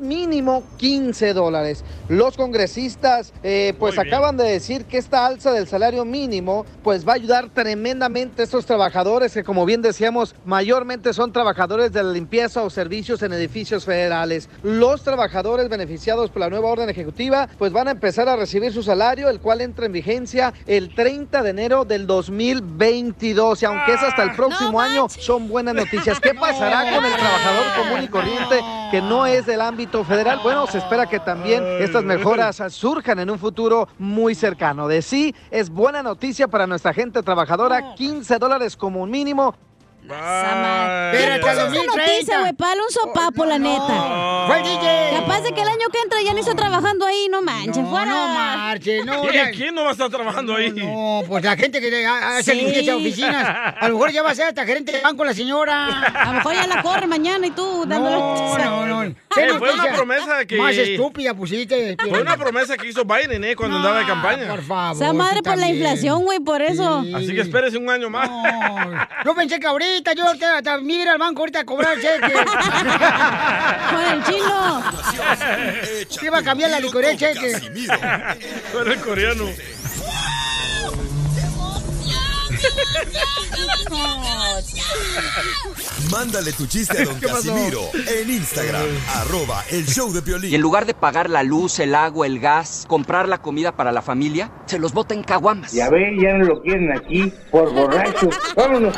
Speaker 6: mínimo 15 dólares. Los congresistas eh, pues
Speaker 15: Muy bien.
Speaker 6: acaban de decir que esta alza del salario mínimo pues va a ayudar tremendamente a estos trabajadores que como bien decíamos mayormente son trabajadores de la limpieza o servicios en edificios federales. Los trabajadores beneficiados por la nueva orden ejecutiva pues van a empezar a recibir su salario el cual entra en vigencia el 30 de enero del 2022 y aunque es hasta el próximo año son buenas noticias. ¿Qué pasará con el trabajador común y corriente que no es del ámbito federal? Bueno, se espera que también estas mejoras surjan en un futuro muy cercano. De sí, es buena noticia para nuestra gente trabajadora, 15 dólares como un mínimo.
Speaker 3: ¿Qué puso esa noticia, güey? Palo un sopapo, la neta.
Speaker 2: Oh, Fue el DJ.
Speaker 3: Capaz de que el año que entra ya no estoy trabajando ahí, no manches, fuera.
Speaker 2: No marche, no.
Speaker 4: ¿Quién-
Speaker 2: ya-
Speaker 4: ¿Quién no va a estar trabajando ahí?
Speaker 2: No, pues la gente que ha- hace
Speaker 4: Sí.
Speaker 2: limpieza de oficinas. A lo mejor ya va a ser hasta gerente de banco la señora. A lo mejor ya la corre mañana y tú
Speaker 4: dándole-
Speaker 2: No, no, no. ¿Qué
Speaker 4: Eh, fue una
Speaker 2: noticias
Speaker 4: promesa que...
Speaker 2: Más estúpida pusiste.
Speaker 4: Fue una promesa que hizo Biden, ¿eh? Cuando andaba de campaña. Por
Speaker 2: favor.
Speaker 3: Esa madre por la inflación, güey, por eso.
Speaker 4: Así que espérese un año más.
Speaker 2: Yo pensé que ahorita yo te, te me iba a ir al banco ahorita a cobrar cheque. Con el chino. Te iba a cambiar la licoría de cheque.
Speaker 4: Suena el coreano.
Speaker 5: Mándale tu chiste a don
Speaker 16: ¿Qué pasó?
Speaker 5: Casimiro en Instagram, arroba el show de Piolín.
Speaker 16: Y en lugar de pagar la luz, el agua, el gas, comprar la comida para la familia, se los bota en caguamas.
Speaker 17: Ya ve, ya no lo quieren aquí por borracho. Vámonos.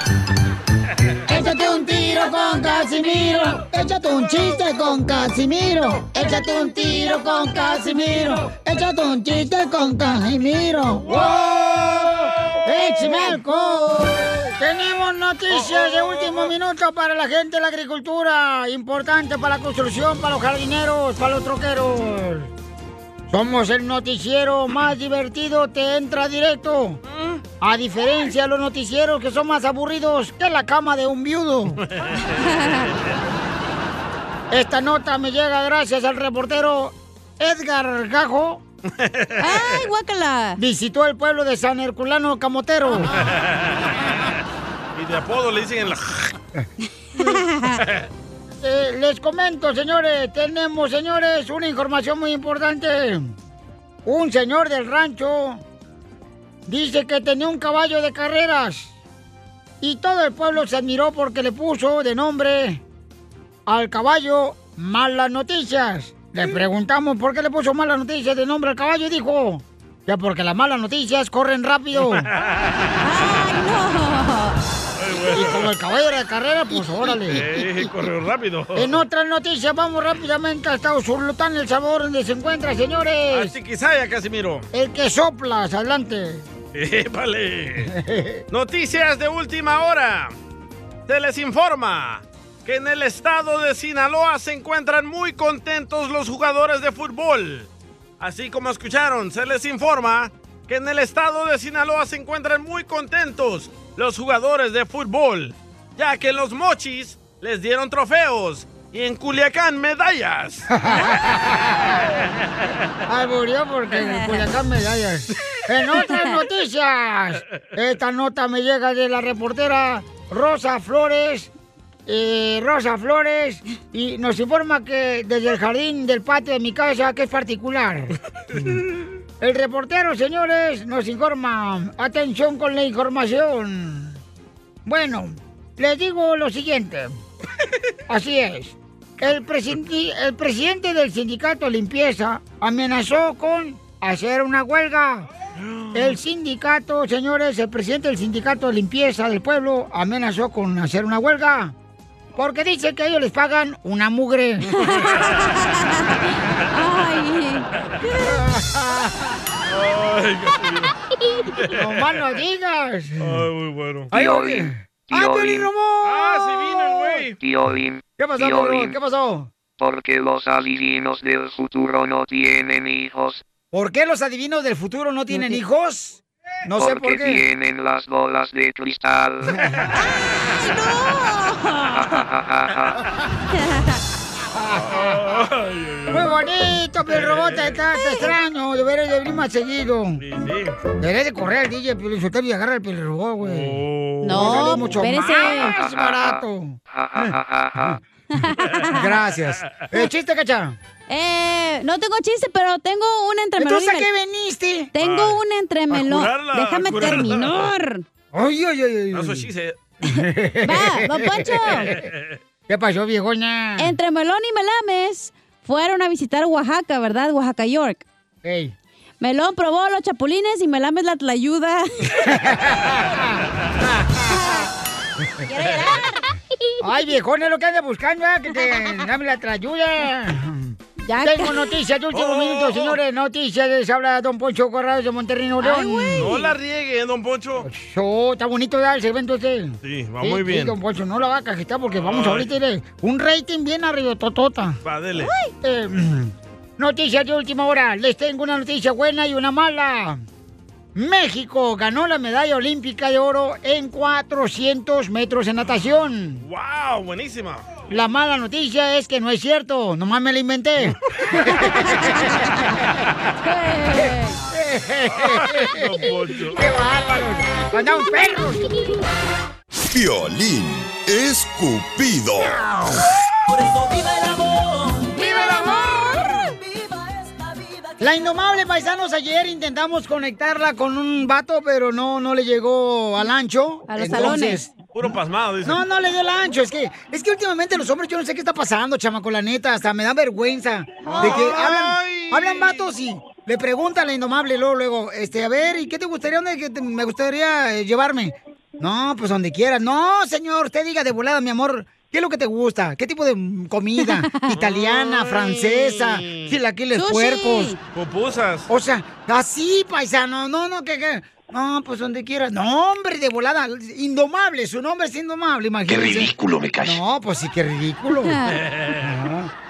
Speaker 2: Échate un tiro con Casimiro. Échate un chiste con Casimiro. Échate un tiro con Casimiro. Échate un chiste con Casimiro. ¡Wow! ¡Échame alcohol! Tenemos noticias de último minuto para la gente de la agricultura. Importante para la construcción, para los jardineros, para los troqueros. Somos el noticiero más divertido, te entra directo. A diferencia de los noticieros que son más aburridos que la cama de un viudo. Esta nota me llega gracias al reportero Edgar Gajo. ¡Ay, guácala! Ah. Visitó el pueblo de San Herculano Camotero.
Speaker 4: Y de apodo le dicen en la...
Speaker 2: Eh, les comento, señores, tenemos, señores, una información muy importante. Un señor del rancho dice que tenía un caballo de carreras y todo el pueblo se admiró porque le puso de nombre al caballo Malas Noticias. Le preguntamos por qué le puso Malas Noticias de nombre al caballo y dijo, ya porque las malas noticias corren rápido. Y como el caballo era de carrera, pues órale.
Speaker 4: Eh, corrió rápido.
Speaker 2: En otras noticias, vamos rápidamente hasta Usurlután, El Salvador, donde se encuentra, señores.
Speaker 4: Así quizá ya, Casimiro.
Speaker 2: El que soplas, adelante.
Speaker 4: ¡Épale! Noticias de última hora. Se les informa que en el estado de Sinaloa se encuentran muy contentos los jugadores de fútbol. Así como escucharon, se les informa que en el estado de Sinaloa se encuentran muy contentos los jugadores de fútbol, ya que los mochis les dieron trofeos y en Culiacán medallas.
Speaker 2: Alburió porque en Culiacán medallas. En otras noticias, esta nota me llega de la reportera Rosa Flores. eh, Rosa Flores y nos informa que desde el jardín del patio de mi casa, que es particular. El reportero, señores, nos informa. Atención con la información. Bueno, les digo lo siguiente. Así es. El, presi- el presidente del sindicato limpieza amenazó con hacer una huelga. El sindicato, señores, el presidente del sindicato de limpieza del pueblo amenazó con hacer una huelga. Porque dice que ellos les pagan una mugre. No más no digas.
Speaker 4: Ay, muy bueno.
Speaker 2: Ay, oye. ¡Ah, Piolín Ramón!
Speaker 4: Ah, sí vino el güey.
Speaker 2: ¿Qué pasó, Piolín? ¿Qué pasó?
Speaker 15: porque los adivinos del futuro no tienen hijos.
Speaker 2: ¿Por qué los adivinos del futuro no tienen hijos? No sé
Speaker 15: porque
Speaker 2: por qué.
Speaker 15: tienen las bolas de cristal.
Speaker 2: Muy bonito, pero el robot está, está extraño. Debería de venir más seguido. Sí, sí. Debería de correr al DJ, pero soltar y agarrar el pelirrobot, güey.
Speaker 4: Oh.
Speaker 3: No,
Speaker 2: sale mucho
Speaker 3: espérese.
Speaker 2: más barato. Gracias. Eh, chiste, cacha.
Speaker 3: Eh, no tengo chiste, pero tengo un entremelón.
Speaker 2: Entonces, ¿a qué
Speaker 3: veniste? Tengo
Speaker 2: Ay,
Speaker 3: un entremelón.
Speaker 2: a curarla,
Speaker 3: Déjame
Speaker 2: a curarla.
Speaker 3: terminar.
Speaker 2: Ay, ay, ay, ay.
Speaker 4: That's what she said.
Speaker 3: Va, don Poncho.
Speaker 2: ¿Qué pasó, viejoña?
Speaker 3: Entre Melón y Melames fueron a visitar Oaxaca, ¿verdad? Oaxaca, York. Melón probó los chapulines y Melames la tlayuda.
Speaker 2: Ay, viejona, lo que anda buscando, ¿eh? que te dame la trayuda.
Speaker 3: Ya
Speaker 2: Tengo
Speaker 3: que-
Speaker 2: noticias de último
Speaker 4: Oh,
Speaker 2: minuto,
Speaker 4: oh,
Speaker 2: señores. Noticias les habla Don Poncho Corrado de Monterrey, Nuevo León.
Speaker 4: No la riegue, don Poncho.
Speaker 2: Yo, está bonito ya el segmento este.
Speaker 4: Sí, va muy bien.
Speaker 2: Don Poncho, no la va a cajetar porque vamos
Speaker 4: Ay.
Speaker 2: ahorita mire, un rating bien arriba, totota.
Speaker 4: Va, dele.
Speaker 2: Ay, eh, noticias de última hora. Les tengo una noticia buena y una mala. México ganó la medalla olímpica de oro en 400 metros en natación.
Speaker 4: ¡Wow! Buenísima.
Speaker 2: La mala noticia es que no es cierto, nomás me la inventé. ¡Qué bárbaros! ¡Andaban perros!
Speaker 5: Piolín Escupido.
Speaker 11: ¡Viva el amor!
Speaker 2: ¡Viva el amor! La indomable paisanos ayer intentamos conectarla con un vato, pero no, no le llegó al ancho.
Speaker 4: A los
Speaker 2: Entonces,
Speaker 4: salones. Puro pasmado, dice.
Speaker 2: No, no le dio el ancho. Es que, es que últimamente los hombres, yo no sé qué está pasando, chamaco, la neta. Hasta me da vergüenza de que hablan, hablan vatos y le preguntan a la indomable luego, luego, este, a ver, ¿y qué te gustaría? ¿Dónde que te- me gustaría eh, llevarme? No, pues donde quieras. No, señor, usted diga de volada, mi amor. ¿Qué es lo que te gusta? ¿Qué tipo de mm, comida? Italiana, francesa, chilaquiles
Speaker 4: Sushi.
Speaker 2: puercos.
Speaker 4: Mm. Pupusas.
Speaker 2: O sea, así, paisano. No, no, que, que- No, pues donde quieras. No, hombre, de volada. Indomable, su nombre es indomable, imagínese.
Speaker 4: ridículo, me cae.
Speaker 2: No, pues sí, qué ridículo.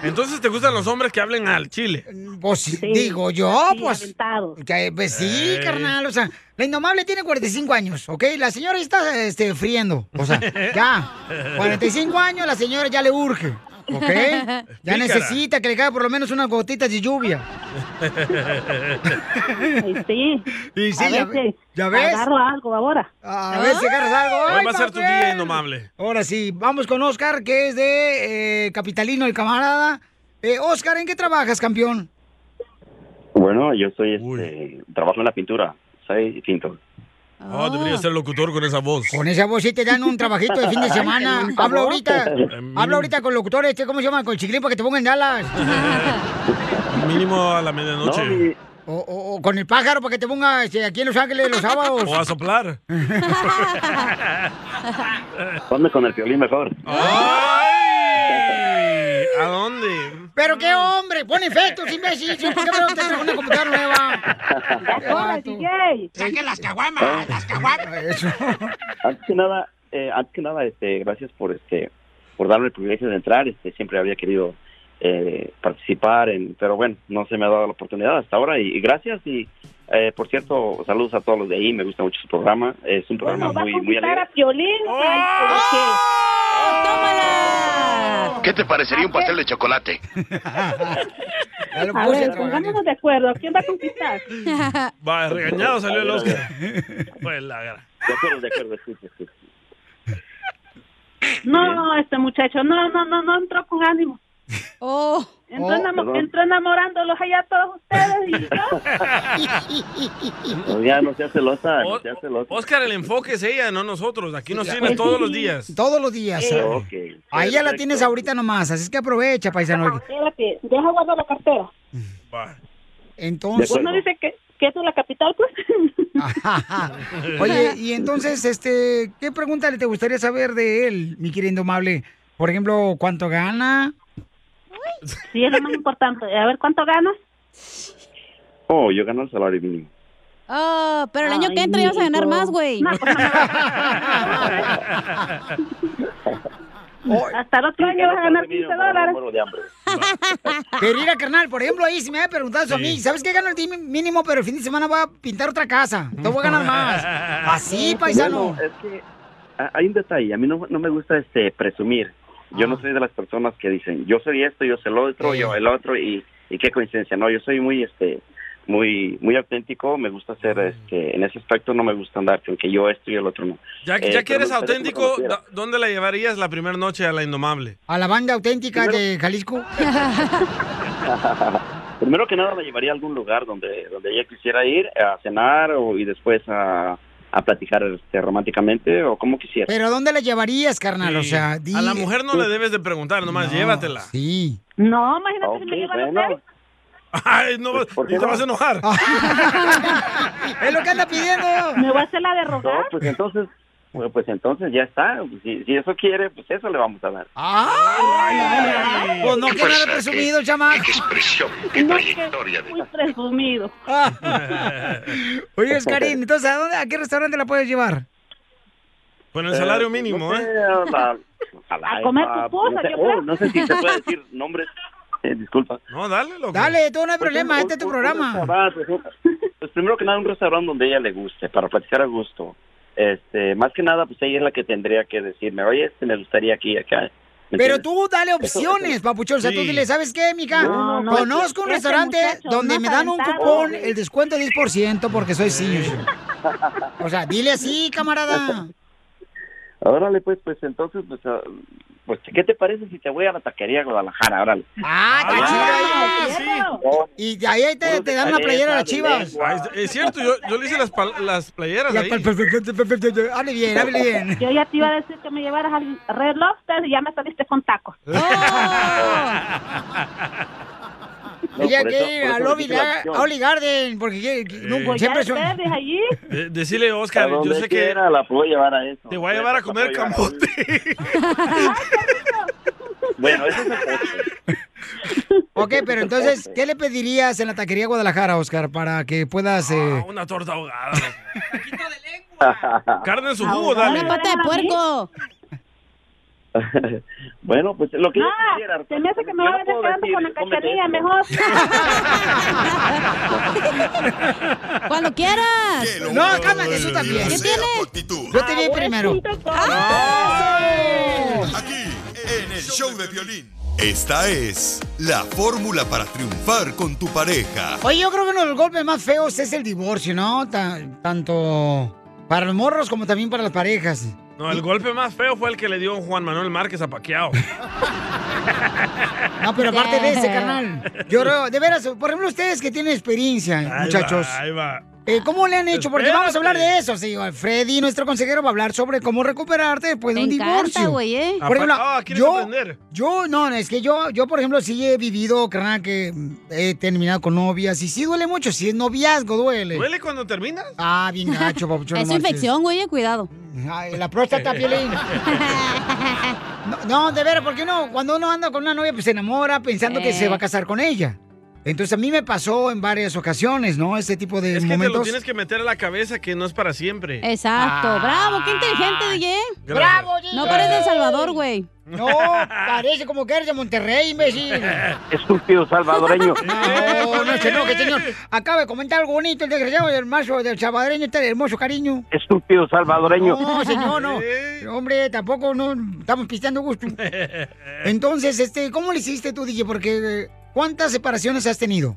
Speaker 4: Entonces, ¿te gustan los hombres que hablen al chile?
Speaker 2: Pues digo yo,
Speaker 4: sí,
Speaker 2: pues. que, pues sí,
Speaker 4: Ey.
Speaker 2: carnal. O sea, la indomable tiene 45 años, ¿ok? La señora está este, friendo. O sea, ya. 45 años, la señora ya le urge. ¿Ok? Ya
Speaker 11: Pícara.
Speaker 2: necesita que le caiga por lo menos unas gotitas de lluvia.
Speaker 13: Sí.
Speaker 2: Y sí,
Speaker 13: a
Speaker 2: ya,
Speaker 13: ver si
Speaker 2: ya ves.
Speaker 13: Agarro algo ahora.
Speaker 2: A ver si agarras algo.
Speaker 4: Hoy
Speaker 2: Ay,
Speaker 4: va a ser tu
Speaker 2: papel.
Speaker 4: día indomable.
Speaker 2: Ahora sí, vamos con Oscar, que es de eh, Capitalino, el camarada. Eh, Oscar, ¿en qué trabajas, campeón?
Speaker 18: Bueno, yo soy, este, trabajo en la pintura, soy pintor.
Speaker 4: Oh, debería ser locutor con esa voz.
Speaker 2: Con esa voz sí te dan un trabajito de fin de semana.
Speaker 4: Por favor.
Speaker 2: Hablo ahorita,
Speaker 4: Mm.
Speaker 2: hablo ahorita con locutores, este, ¿cómo se llama? Con el chiquilín para que te pongan Dallas.
Speaker 4: Mínimo a la medianoche.
Speaker 2: O, o- o con el pájaro para que te ponga este, aquí en Los Ángeles los sábados.
Speaker 4: O a soplar.
Speaker 18: Ponme con el violín mejor.
Speaker 4: Ah. ¡Ay! ¿A dónde?
Speaker 2: Pero qué hombre, pon efectos, imbécil. ¿Por qué me usted trajo una computadora nueva?
Speaker 11: ¡Saque las caguamas! ¡Las caguamas!
Speaker 18: Antes que nada, eh, antes que nada, este, gracias por este, por darme el privilegio de entrar. Este, siempre había querido eh, participar, en, pero bueno, no se me ha dado la oportunidad hasta ahora. Y, y gracias y eh, por cierto, saludos a todos los de ahí. Me gusta mucho su programa. Es un programa
Speaker 11: Bueno, va a
Speaker 18: muy, muy alegre.
Speaker 13: Para Piolín.
Speaker 19: ¿Qué te parecería un pastel de chocolate?
Speaker 13: A ver, pongámonos de acuerdo. ¿Quién va a conquistar?
Speaker 4: Va, regañado salió el Oscar.
Speaker 18: Pues la De acuerdo, de acuerdo, sí, sí, sí.
Speaker 13: No, este muchacho, no, no, no, no entró con ánimo.
Speaker 3: Oh.
Speaker 13: Entró,
Speaker 18: Oh.
Speaker 13: enamo-
Speaker 18: Perdón.
Speaker 13: entró enamorándolos allá a todos ustedes.
Speaker 18: No, ya no seas celosa, no seas celosa.
Speaker 4: Oscar, el enfoque es ella, no nosotros. Aquí nos tienes todos los días.
Speaker 2: Todos los días.
Speaker 4: Eh.
Speaker 2: ¿sabes?
Speaker 4: Ok,
Speaker 2: Ahí ya la
Speaker 4: perfecto.
Speaker 2: tienes ahorita nomás, así es que aprovecha, paisano.
Speaker 13: Espérate, deja guardar la cartera.
Speaker 2: Entonces.
Speaker 13: Uno Pues dice que, que es de la capital, pues.
Speaker 2: Oye, y entonces, este, ¿qué pregunta le te gustaría saber de él, mi querido amable? Por ejemplo, ¿cuánto gana?
Speaker 13: Sí, es lo más importante. A ver, ¿cuánto ganas?
Speaker 18: Oh, yo gano el salario mínimo.
Speaker 3: Oh, pero el año que entra ya vas a ganar más, güey.
Speaker 13: Hasta el otro año vas a ganar 15 dólares.
Speaker 18: Muero de hambre.
Speaker 2: Pero mira, carnal, por ejemplo, ahí si me había preguntado eso a mí, ¿sabes qué gano el día mínimo? Pero el fin de semana voy a pintar otra casa. Te voy a ganar más. Así, paisano.
Speaker 18: Bueno, es que ah, hay un detalle. A mí no, no me gusta este presumir. Yo no soy de las personas que dicen, yo soy esto, yo soy el otro, yo el otro, y, y qué coincidencia. No, yo soy muy, este, muy, muy auténtico. Me gusta ser, este, en ese aspecto no me gusta andar con que yo esto y el otro no.
Speaker 4: Ya, que-
Speaker 18: Eh,
Speaker 4: ya que
Speaker 18: pero me
Speaker 4: eres
Speaker 18: gustaría me
Speaker 4: auténtico,
Speaker 18: conocieras.
Speaker 4: ¿dó- ¿dónde la llevarías la primera noche a la Indomable?
Speaker 2: A la banda auténtica de Jalisco.
Speaker 18: Primero que nada la llevaría a algún lugar donde, donde ella quisiera ir a cenar o, y después a, a platicar este, románticamente o como quisiera.
Speaker 2: Pero ¿a dónde la llevarías, carnal? O sea, di-
Speaker 4: A la mujer no le debes de preguntar, nomás llévatela.
Speaker 2: Sí.
Speaker 13: No, imagínate si me
Speaker 4: Ok,
Speaker 13: llevan
Speaker 4: bueno.
Speaker 13: a usted.
Speaker 4: Ay, no,
Speaker 18: Pues,
Speaker 4: no te vas a enojar.
Speaker 2: es lo que anda pidiendo.
Speaker 13: Me voy a hacer la de
Speaker 18: No,
Speaker 13: rogar.
Speaker 18: pues entonces, bueno, pues entonces ya está. Si, si eso quiere, pues eso le vamos a dar.
Speaker 2: Ah, Pues no que nada
Speaker 18: Pues,
Speaker 2: presumido, el chamaco.
Speaker 18: Expresión.
Speaker 13: No, es que muy presumido.
Speaker 2: Oye, Oscarín, entonces, ¿a, dónde, ¿a qué restaurante la puedes llevar?
Speaker 4: Con el salario
Speaker 18: Pues
Speaker 4: mínimo, ¿eh?
Speaker 18: A
Speaker 2: comer pupusas,
Speaker 18: no sé,
Speaker 2: yo
Speaker 18: oh,
Speaker 2: creo.
Speaker 18: no sé si se puede decir nombres. Eh, disculpa.
Speaker 4: No, dale, loco.
Speaker 2: Dale, tú no hay
Speaker 18: Pues
Speaker 2: problema,
Speaker 18: un-
Speaker 2: este es tu
Speaker 18: un- un
Speaker 2: programa.
Speaker 18: restaurante, Pues un- pues primero que nada, un restaurante donde ella le guste, para platicar a gusto. Este, más que nada, pues ella es la que tendría que decirme, oye, este me gustaría aquí, acá. ¿Me
Speaker 2: Pero
Speaker 18: entiendes?
Speaker 2: tú dale opciones, papuchón. O sea, tú
Speaker 18: Sí.
Speaker 2: dile, ¿sabes qué, mija?
Speaker 18: No, no,
Speaker 2: Conozco un
Speaker 18: este
Speaker 2: restaurante
Speaker 18: muchacho
Speaker 2: donde
Speaker 18: no
Speaker 2: me dan un
Speaker 18: aventado.
Speaker 2: cupón, el descuento 10% porque soy senior. O sea, dile así, camarada.
Speaker 18: Órale, pues, pues entonces, pues, ah, pues, ¿qué te parece si te voy a la taquería de Guadalajara? Órale.
Speaker 2: Ah, está
Speaker 4: chido.
Speaker 2: Y de ahí te, te dan una playera a las chivas.
Speaker 4: Ah, es- es cierto, yo, yo le hice las, pal- las playeras
Speaker 2: Ya,
Speaker 4: ahí.
Speaker 2: pa- pa- pa- pa- pa- pa- Hable bien, hable bien.
Speaker 13: Yo ya te iba a decir que me llevaras al Red Lobster y ya me saliste con tacos.
Speaker 18: No,
Speaker 2: Ella
Speaker 18: por
Speaker 2: quiere
Speaker 18: eso-
Speaker 2: ir
Speaker 18: por eso
Speaker 2: al
Speaker 18: le
Speaker 2: Lobby
Speaker 18: dije la
Speaker 2: Gar-
Speaker 18: opción.
Speaker 2: a Oli Garden, porque quiere- que- nunca-
Speaker 4: Pues ya
Speaker 2: siempre son...
Speaker 13: ustedes allí?
Speaker 4: De- decirle, Oscar,
Speaker 18: A donde
Speaker 4: yo sé que...
Speaker 18: quiera la puedo llevar a eso.
Speaker 4: Te voy a llevar a comer camote.
Speaker 18: Bueno, eso
Speaker 2: Ok, pero entonces, ¿qué le pedirías en la taquería Guadalajara, Oscar, para que puedas... eh,
Speaker 4: Una torta ahogada.
Speaker 18: Ah,
Speaker 4: Carne en su jugo, dale.
Speaker 3: Una pata de puerco.
Speaker 18: bueno, pues lo que yo
Speaker 13: Ah,
Speaker 18: quisiera.
Speaker 13: se me hace que me voy a
Speaker 18: puedo
Speaker 13: estar quedando
Speaker 18: decir,
Speaker 13: con la
Speaker 18: cómete
Speaker 13: cachanilla
Speaker 18: esto.
Speaker 13: mejor.
Speaker 3: Cuando quieras.
Speaker 2: No, cálmate tú también.
Speaker 3: ¿Qué tiene?
Speaker 2: Yo te vi primero.
Speaker 5: En el show de violín. Esta es la fórmula para triunfar con tu pareja.
Speaker 2: Oye, yo creo que uno de los golpes más feos es el divorcio, ¿no? Ta- tanto para los morros como también para las parejas.
Speaker 4: No, el golpe más feo fue el que le dio Juan Manuel Márquez a Paquiao.
Speaker 2: No, pero aparte de ese, carnal. Yo creo, de veras, por ejemplo, ustedes que tienen experiencia,
Speaker 4: Ahí
Speaker 2: muchachos.
Speaker 4: va, ahí va.
Speaker 2: Eh, ¿Cómo le han hecho? Porque vamos a hablar
Speaker 4: Espérate.
Speaker 2: de eso, sí. Freddy, nuestro consejero, va a hablar sobre cómo recuperarte después de
Speaker 3: Me
Speaker 2: un
Speaker 3: encanta,
Speaker 2: divorcio.
Speaker 3: güey, ¿eh?
Speaker 2: Por ejemplo,
Speaker 3: Ah, ¿quieres
Speaker 2: yo,
Speaker 3: aprender?
Speaker 2: yo, no, no, es que yo, yo, por ejemplo, sí he vivido, carnal, que mm, he terminado con novias y sí duele mucho. Si es noviazgo, duele.
Speaker 4: ¿Duele cuando terminas?
Speaker 2: Ah, bien gacho, papuchón. no
Speaker 3: Es
Speaker 2: marches.
Speaker 3: infección, güey, eh, cuidado.
Speaker 2: Ay, la próstata, Piolín. No, no, de veras, porque no, cuando uno anda con una novia, pues se enamora pensando que
Speaker 4: Eh.
Speaker 2: se va a casar con ella. Entonces a mí me pasó en varias ocasiones, ¿no? Este tipo de
Speaker 4: Es que te lo
Speaker 2: momentos. Ah.
Speaker 4: tienes que meter a la cabeza que no es para siempre.
Speaker 3: Exacto. Bravo, qué inteligente, DJ.
Speaker 4: Gracias. Bravo,
Speaker 2: DJ.
Speaker 3: No pares de El Salvador, güey.
Speaker 2: No, parece como que eres de Monterrey, imbécil. Oh,
Speaker 18: Estúpido salvadoreño.
Speaker 2: No, no se enoje, señor. Acaba de comentar algo bonito, el desgraciado del mazo del salvadoreño, este hermoso cariño.
Speaker 18: Estúpido salvadoreño.
Speaker 2: No, señor, no. Hombre, tampoco no estamos pisteando gusto. Entonces, este, ¿cómo le hiciste tú, DJ? Porque eh, ¿cuántas separaciones has tenido?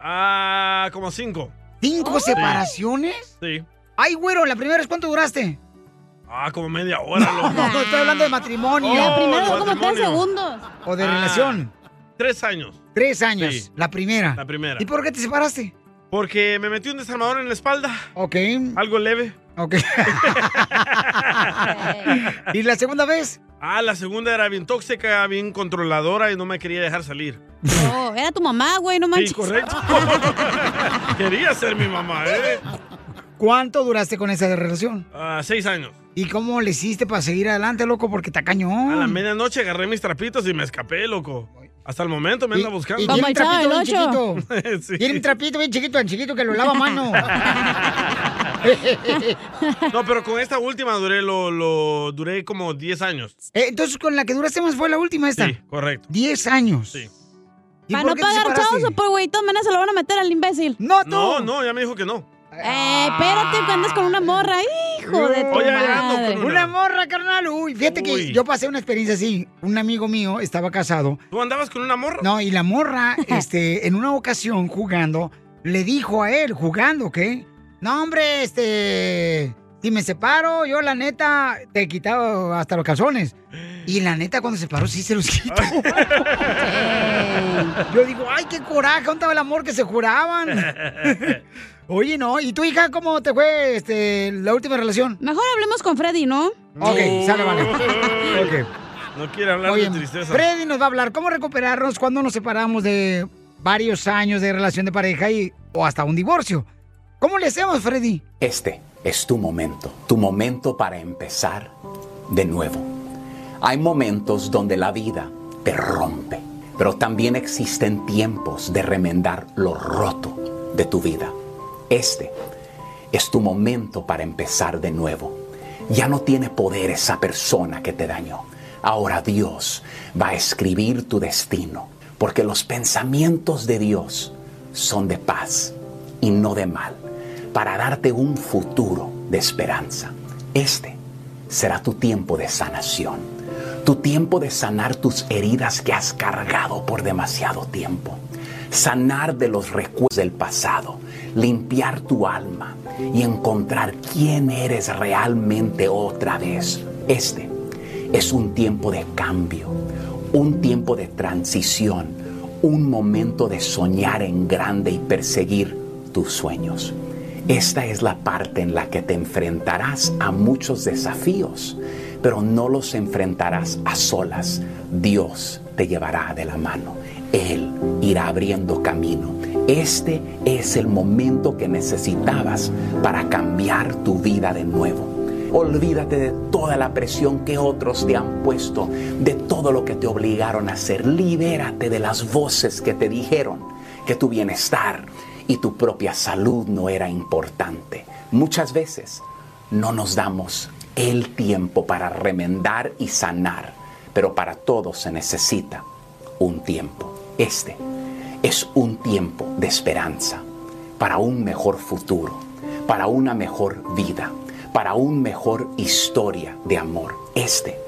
Speaker 4: Ah, como cinco.
Speaker 2: ¿Cinco
Speaker 4: Oh.
Speaker 2: separaciones?
Speaker 4: Sí.
Speaker 2: Ay, güero, la primera es cuánto duraste.
Speaker 4: Ah, como media hora, loco.
Speaker 2: No, estoy hablando de matrimonio.
Speaker 4: La Oh, primera duró como tres matrimonio.
Speaker 3: segundos.
Speaker 2: O de
Speaker 4: Ah,
Speaker 2: relación.
Speaker 4: Tres años.
Speaker 2: Tres años.
Speaker 4: Sí.
Speaker 2: La primera.
Speaker 4: La primera.
Speaker 2: ¿Y por qué te separaste?
Speaker 4: Porque me metí un desarmador en la espalda.
Speaker 2: Ok.
Speaker 4: Algo leve.
Speaker 2: Ok. ¿Y la segunda vez?
Speaker 4: Ah, la segunda era bien tóxica, bien controladora y no me quería dejar salir.
Speaker 3: No, era tu mamá, güey, no manches.
Speaker 4: Sí, correcto. quería ser mi mamá, ¿eh?
Speaker 2: ¿Cuánto duraste con esa relación?
Speaker 4: Ah, seis años.
Speaker 2: ¿Y cómo le hiciste para seguir adelante, loco? Porque está
Speaker 4: A la
Speaker 2: cañón.
Speaker 4: medianoche agarré mis trapitos y me escapé, loco. Hasta el momento me anda buscando.
Speaker 2: y tiene un trapito bien chiquito.
Speaker 4: Sí.
Speaker 2: Tiene un trapito bien chiquito, tan chiquito que lo lava a mano.
Speaker 4: No, pero con esta última duré lo, lo- duré como 10 años.
Speaker 2: Eh, entonces, con la que duraste más fue la última esta.
Speaker 4: Sí, correcto.
Speaker 2: 10 años.
Speaker 4: Sí.
Speaker 2: ¿Y
Speaker 3: Para
Speaker 2: por
Speaker 3: no
Speaker 2: qué te
Speaker 3: pagar
Speaker 2: separaste?
Speaker 3: chavos o por güey, maneras se lo van a meter al imbécil.
Speaker 2: No,
Speaker 4: No, no, ya me dijo que no.
Speaker 3: Eh, espérate, que andas con una morra, hijo de tu
Speaker 4: Oye,
Speaker 3: madre.
Speaker 4: ya ando con
Speaker 2: Ah. una. morra, carnal. Uy, fíjate que
Speaker 4: Uy.
Speaker 2: yo pasé una experiencia así. Un amigo mío estaba casado.
Speaker 4: ¿Tú andabas con una morra?
Speaker 2: No, y la morra, este, en una ocasión jugando, le dijo a él, jugando, ¿qué? No, hombre, este, si me separo, yo la neta te he quitado hasta los calzones. Y la neta, cuando se paró, sí se los quitó. yo digo, ay, qué coraje, ¿dónde estaba el amor que se juraban? Oye, no, ¿y tu hija cómo te fue este, la última relación?
Speaker 3: Mejor hablemos con Freddy, ¿no?
Speaker 2: Ok, sale, vale. Ok.
Speaker 4: No quiere hablar
Speaker 2: Oye,
Speaker 4: de tristeza.
Speaker 2: Freddy nos va a hablar cómo recuperarnos cuando nos separamos de varios años de relación de pareja y, o hasta un divorcio. ¿Cómo le hacemos, Freddy?
Speaker 20: Este es tu momento, tu momento para empezar de nuevo. Hay momentos donde la vida te rompe, pero también existen tiempos de remendar lo roto de tu vida. Este es tu momento para empezar de nuevo. Ya no tiene poder esa persona que te dañó. Ahora Dios va a escribir tu destino, porque los pensamientos de Dios son de paz y no de mal, para darte un futuro de esperanza. Este será tu tiempo de sanación, tu tiempo de sanar tus heridas que has cargado por demasiado tiempo, sanar de los recuerdos del pasado, limpiar tu alma y encontrar quién eres realmente otra vez. Este es un tiempo de cambio, un tiempo de transición, un momento de soñar en grande y perseguir tus sueños. Esta es la parte en la que te enfrentarás a muchos desafíos, pero no los enfrentarás a solas. Dios te llevará de la mano. Él irá abriendo camino. Este es el momento que necesitabas para cambiar tu vida de nuevo. Olvídate de toda la presión que otros te han puesto, de todo lo que te obligaron a hacer. Libérate de las voces que te dijeron que tu bienestar y tu propia salud no era importante. Muchas veces no nos damos el tiempo para remendar y sanar, pero para todo se necesita un tiempo. Este es un tiempo de esperanza para un mejor futuro, para una mejor vida, para una mejor historia de amor. Este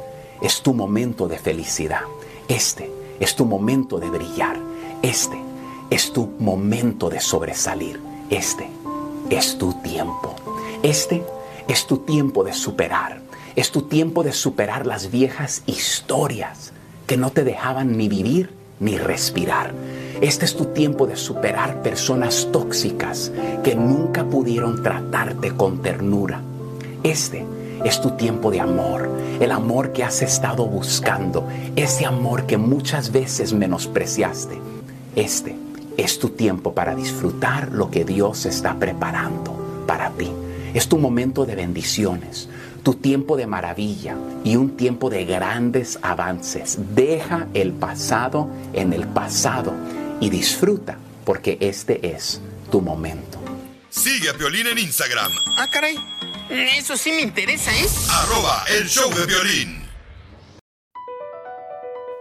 Speaker 20: es tu momento de felicidad. Este es tu momento de brillar. Este es tu momento de sobresalir. Este es tu tiempo. Este es tu tiempo de superar. Es tu tiempo de superar las viejas historias que no te dejaban ni vivir ni respirar. Este es tu tiempo de superar personas tóxicas que nunca pudieron tratarte con ternura. Este es tu tiempo de amor, el amor que has estado buscando, ese amor que muchas veces menospreciaste. Este es tu tiempo para disfrutar lo que Dios está preparando para ti. Es tu momento de bendiciones, tu tiempo de maravilla y un tiempo de grandes avances. Deja el pasado en el pasado y disfruta porque este es tu momento.
Speaker 5: Sigue a Piolín en Instagram,
Speaker 21: Ah, caray. Eso sí me interesa, ¿eh?
Speaker 5: arroba el show de Piolín.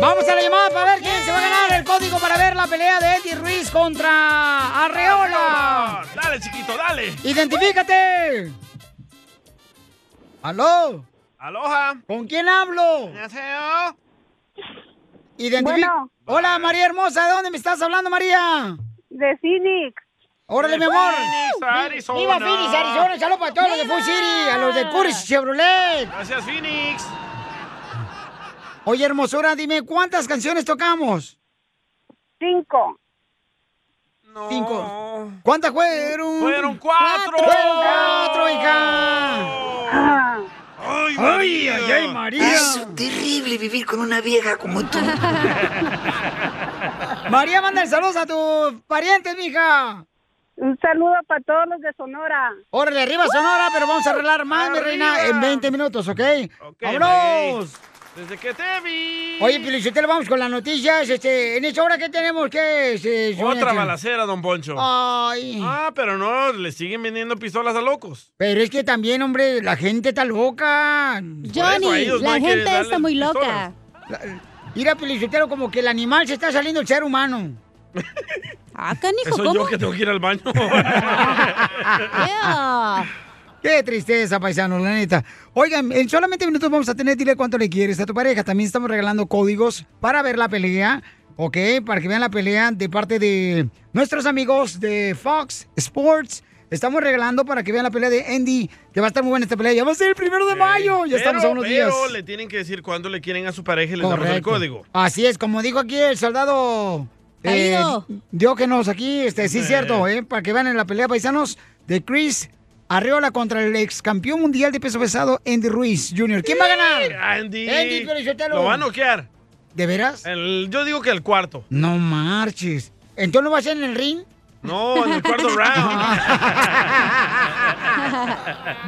Speaker 7: Vamos a la llamada
Speaker 2: para ver quién se va a ganar el código para ver la pelea de Eddie Ruiz contra Arreola.
Speaker 4: Dale, chiquito, dale.
Speaker 2: ¡Identifícate! ¿Aló?
Speaker 4: Aloha.
Speaker 2: ¿Con quién hablo? Identifica.
Speaker 13: Bueno.
Speaker 2: Hola, María hermosa, ¿de dónde me estás hablando, María? De Phoenix. Órale,
Speaker 4: De
Speaker 2: mi amor.
Speaker 4: Phoenix, Arizona.
Speaker 2: Viva Phoenix, Arizona. Saludos para todos los de Food City, a los de Curis Chevrolet.
Speaker 4: Gracias, Phoenix.
Speaker 2: Oye, hermosura, dime, ¿cuántas canciones tocamos? Cinco. Cinco. ¿Cuántas fueron?
Speaker 11: Fueron cuatro. Ah.
Speaker 2: Fueron cuatro, hija.
Speaker 11: Ay,
Speaker 2: ay, ay, ay, María.
Speaker 11: Es
Speaker 2: terrible vivir con una vieja como tú. María, manda el saludos a tus parientes, mija.
Speaker 13: Un saludo para todos los de Sonora.
Speaker 2: Órale, arriba Sonora, pero vamos a arreglar más, mi reina, en 20 minutos, ¿ok? ¡Vámonos!
Speaker 4: Desde que te vi.
Speaker 2: Oye, Pilichotelo, vamos con las noticias. Este, en esta hora, ¿qué tenemos? ¿Qué es? eh,
Speaker 4: Otra
Speaker 2: Jonathan?
Speaker 4: balacera, don Poncho.
Speaker 2: Ay.
Speaker 4: Ah, pero no, le siguen vendiendo pistolas a locos.
Speaker 2: Pero es que también, hombre, la gente está loca.
Speaker 4: eso a ellos no hay que darles pistolas.
Speaker 2: La- Mira, Pilichotelo, como que el animal se está saliendo el ser humano. Ah,
Speaker 4: Eso yo que tengo que ir al baño.
Speaker 2: Qué tristeza, paisanos, la neta. Oigan, en solamente minutos vamos a tener, dile cuánto le quieres a tu pareja. También estamos regalando códigos para ver la pelea, ¿ok? Para que vean la pelea de parte de nuestros amigos de Fox Sports. Estamos regalando para que vean la pelea de Andy, que va a estar muy buena esta pelea. Ya va a ser el primero de mayo, ya estamos a
Speaker 4: Pero-
Speaker 2: unos días.
Speaker 4: Pero le tienen que decir cuándo le quieren a su pareja y les damos el
Speaker 2: Correcto.
Speaker 4: código.
Speaker 2: Así es, como dijo aquí el soldado. eh,
Speaker 4: Caído.
Speaker 2: Diógenos aquí, este, sí,
Speaker 4: Eh.
Speaker 2: cierto, eh, para que vean en la pelea, paisanos, de Chris Arreola contra el ex campeón mundial de peso pesado, Andy Ruiz Jr. ¿Quién va a ganar?
Speaker 4: Andy.
Speaker 2: Andy Pelichotelo.
Speaker 4: Lo va a noquear.
Speaker 2: ¿De veras?
Speaker 4: El- yo digo que el cuarto.
Speaker 2: No marches. ¿Entonces no va a ser en el ring?
Speaker 4: No, en el cuarto round.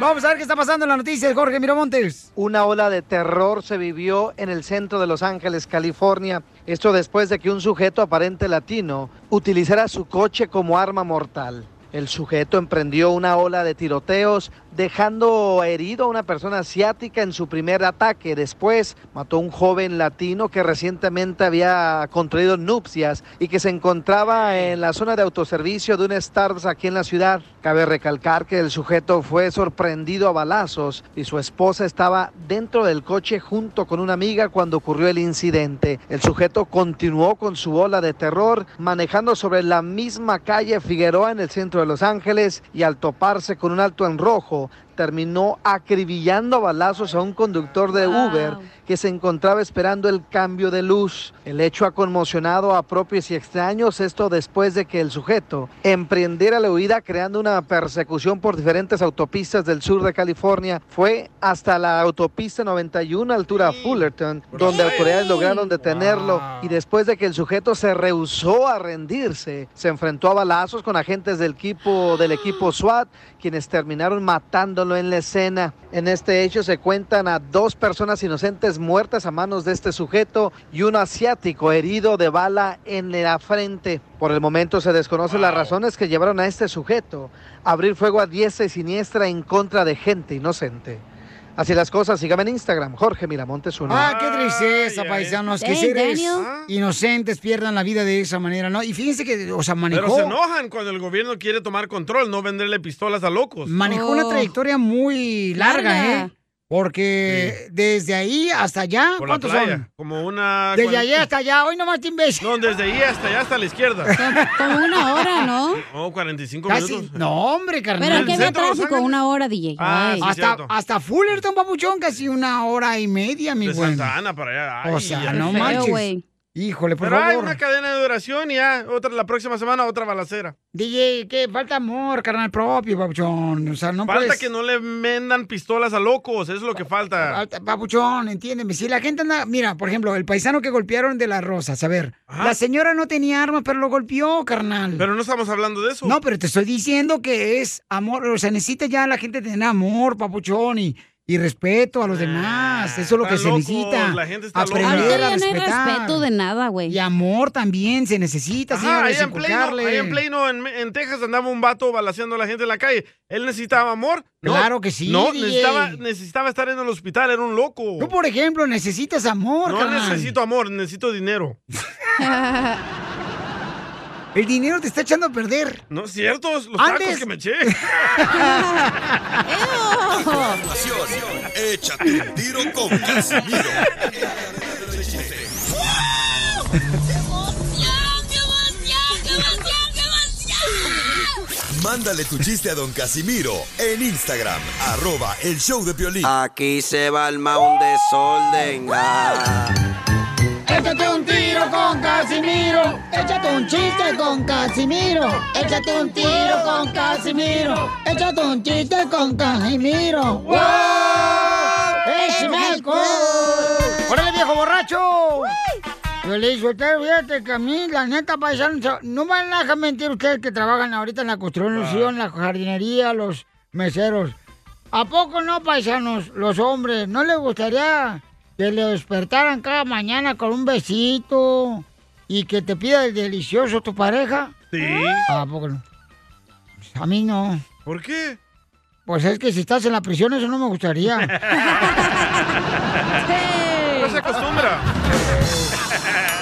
Speaker 2: Vamos a ver qué está pasando en la noticia, Jorge Miramontes.
Speaker 6: Una ola de terror se vivió en el centro de Los Ángeles, California. Esto después de que un sujeto aparente latino utilizara su coche como arma mortal. El sujeto emprendió una ola de tiroteos, dejando herido a una persona asiática en su primer ataque. Después mató a un joven latino que recientemente había contraído nupcias y que se encontraba en la zona de autoservicio de un Starbucks aquí en la ciudad. Cabe recalcar que el sujeto fue sorprendido a balazos y su esposa estaba dentro del coche junto con una amiga cuando ocurrió el incidente. El sujeto continuó con su ola de terror manejando sobre la misma calle Figueroa en el centro de Los Ángeles y al toparse con un alto en rojo terminó acribillando a balazos a un conductor de Uber que se encontraba esperando el cambio de luz. El hecho ha conmocionado a propios y extraños, esto después de que el sujeto emprendiera la huida creando una persecución por diferentes autopistas del sur de California. Fue hasta la autopista 91 altura Fullerton, donde autoridades lograron detenerlo y después de que el sujeto se rehusó a rendirse, se enfrentó a balazos con agentes del equipo del equipo SWAT, quienes terminaron matándolo en la escena. En este hecho se cuentan a dos personas inocentes muertas a manos de este sujeto y un asiático herido de bala en la frente. Por el momento se desconocen las razones que llevaron a este sujeto a abrir fuego a diestra y siniestra en contra de gente inocente. Así las cosas, sígame en Instagram, Jorge Miramontes uno.
Speaker 2: Ah, qué tristeza, paisanos, que
Speaker 6: Dang,
Speaker 2: seres
Speaker 6: Eh, Daniel.
Speaker 2: inocentes pierdan la vida de esa manera, ¿no? Y fíjense que, o sea, manejó...
Speaker 4: Pero se enojan cuando el gobierno quiere tomar control, no venderle pistolas a locos.
Speaker 2: manejó
Speaker 3: Oh.
Speaker 2: una trayectoria muy larga,
Speaker 4: Larga.
Speaker 2: ¿eh? Porque desde ahí hasta allá,
Speaker 4: Por la
Speaker 2: ¿cuántos
Speaker 4: playa,
Speaker 2: son?
Speaker 4: como una...
Speaker 2: Desde
Speaker 4: cuarenta-
Speaker 2: allá hasta allá, hoy nomás te imbécil.
Speaker 4: No, desde ahí hasta allá, hasta la izquierda.
Speaker 3: Como una hora, ¿no?
Speaker 4: No, 45
Speaker 2: Casi,
Speaker 4: minutos.
Speaker 2: no, hombre, carnal.
Speaker 3: Pero aquí había tráfico una hora, DJ.
Speaker 4: Ah,
Speaker 3: Ay.
Speaker 4: sí,
Speaker 2: hasta,
Speaker 4: cierto.
Speaker 2: hasta Fullerton, papuchón, casi una hora y media, mi
Speaker 4: De
Speaker 2: güey.
Speaker 4: Santa Ana para allá.
Speaker 2: O
Speaker 4: Ay,
Speaker 2: sea,
Speaker 4: ya.
Speaker 2: no manches. Híjole, por
Speaker 4: Pero hay
Speaker 2: favor.
Speaker 4: una cadena de duración y ya, otra, la próxima semana otra balacera.
Speaker 2: DJ, ¿qué? Falta amor, carnal propio, papuchón. O sea, no
Speaker 4: falta
Speaker 2: puedes-
Speaker 4: que no le vendan pistolas a locos, es lo que falta.
Speaker 2: Ah, Falta- Papuchón, entiéndeme. Si la gente anda. Mira, por ejemplo, el paisano que golpearon de las rosas. A ver, la señora no tenía armas, pero lo golpeó, carnal.
Speaker 4: Pero no estamos hablando de eso.
Speaker 2: No, pero te estoy diciendo que es amor. O sea, necesita ya la gente tener amor, papuchón, y, y respeto a los demás. Eso es lo que se
Speaker 4: Ah, están locos,
Speaker 2: necesita.
Speaker 4: la gente está loca.
Speaker 2: Aprender a
Speaker 4: Ahorita ya no hay
Speaker 2: respetar.
Speaker 3: respeto
Speaker 2: de nada, güey. Y amor también se necesita,
Speaker 4: Ajá,
Speaker 2: señores,
Speaker 4: allá en Plano,
Speaker 2: inculcarle.
Speaker 4: allá en Plano, en, en Texas andaba un vato balaseando a la gente en la calle. ¿Él necesitaba amor? No.
Speaker 2: Claro que sí,
Speaker 4: No,
Speaker 2: DJ.
Speaker 4: necesitaba, necesitaba estar en el hospital, era un loco.
Speaker 2: Tú, por ejemplo, necesitas amor,
Speaker 4: No
Speaker 2: carnal.
Speaker 4: necesito amor, necesito dinero.
Speaker 2: El dinero te está echando a perder.
Speaker 4: ¿No es cierto? Los
Speaker 2: Antes-
Speaker 4: tacos que me eché.
Speaker 5: Pasión, échate un tiro con Casimiro. Mándale tu chiste a don Casimiro en Instagram, arroba el show de Piolín. Aquí se va el mound de solden.
Speaker 2: Échate un tiro con Casimiro. Échate un chiste con Casimiro. Échate un tiro con Casimiro. Échate un chiste con Casimiro. ¡Wow! ¡Es ¡Órale, viejo borracho! Yo le dije, usted, fíjate que a mí, la neta, paisano, se- no van a dejar mentir ustedes que trabajan ahorita en la construcción,
Speaker 4: Ah.
Speaker 2: la jardinería, los meseros. ¿A poco no, paisanos, los hombres? ¿No les gustaría que le despertaran cada mañana con un besito y que te pida el delicioso tu pareja?
Speaker 4: Sí.
Speaker 2: ¿A poco no? Pues, A mí no.
Speaker 4: ¿Por qué?
Speaker 2: Pues es que si estás en la prisión, eso no me gustaría.
Speaker 4: No se acostumbra.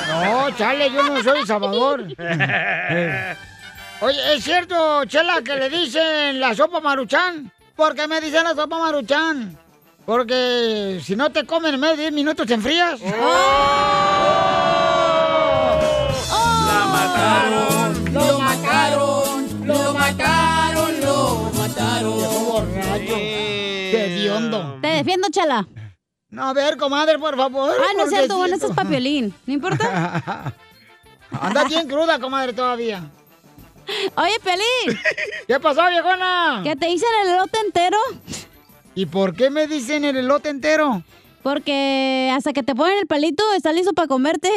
Speaker 2: No, chale, yo no soy Salvador. Oye, ¿es cierto, Chela, que le dicen la sopa maruchan? ¿Por qué me dicen la sopa maruchan? Porque si no te comen en menos de 10 minutos te enfrías. ¡Oh!
Speaker 11: La mataron.
Speaker 2: Lo mataron,
Speaker 11: lo mataron,
Speaker 2: lo mataron. ¡Ah! borracho. Qué hediondo.
Speaker 3: Te defiendo, chala.
Speaker 2: No, a ver, comadre, por favor.
Speaker 3: Ah, no es
Speaker 2: porque
Speaker 3: cierto,
Speaker 2: sí,
Speaker 3: bueno, esto es
Speaker 2: co-
Speaker 3: papiolín. ¿No importa?
Speaker 2: Anda bien cruda, comadre, todavía.
Speaker 3: Oye, Pelín.
Speaker 2: ¿Qué pasó, viejona?
Speaker 3: ¿Que te hice el elote entero?
Speaker 2: ¿Y por qué me dicen el elote entero?
Speaker 3: Porque hasta que te ponen el palito, está listo para comerte.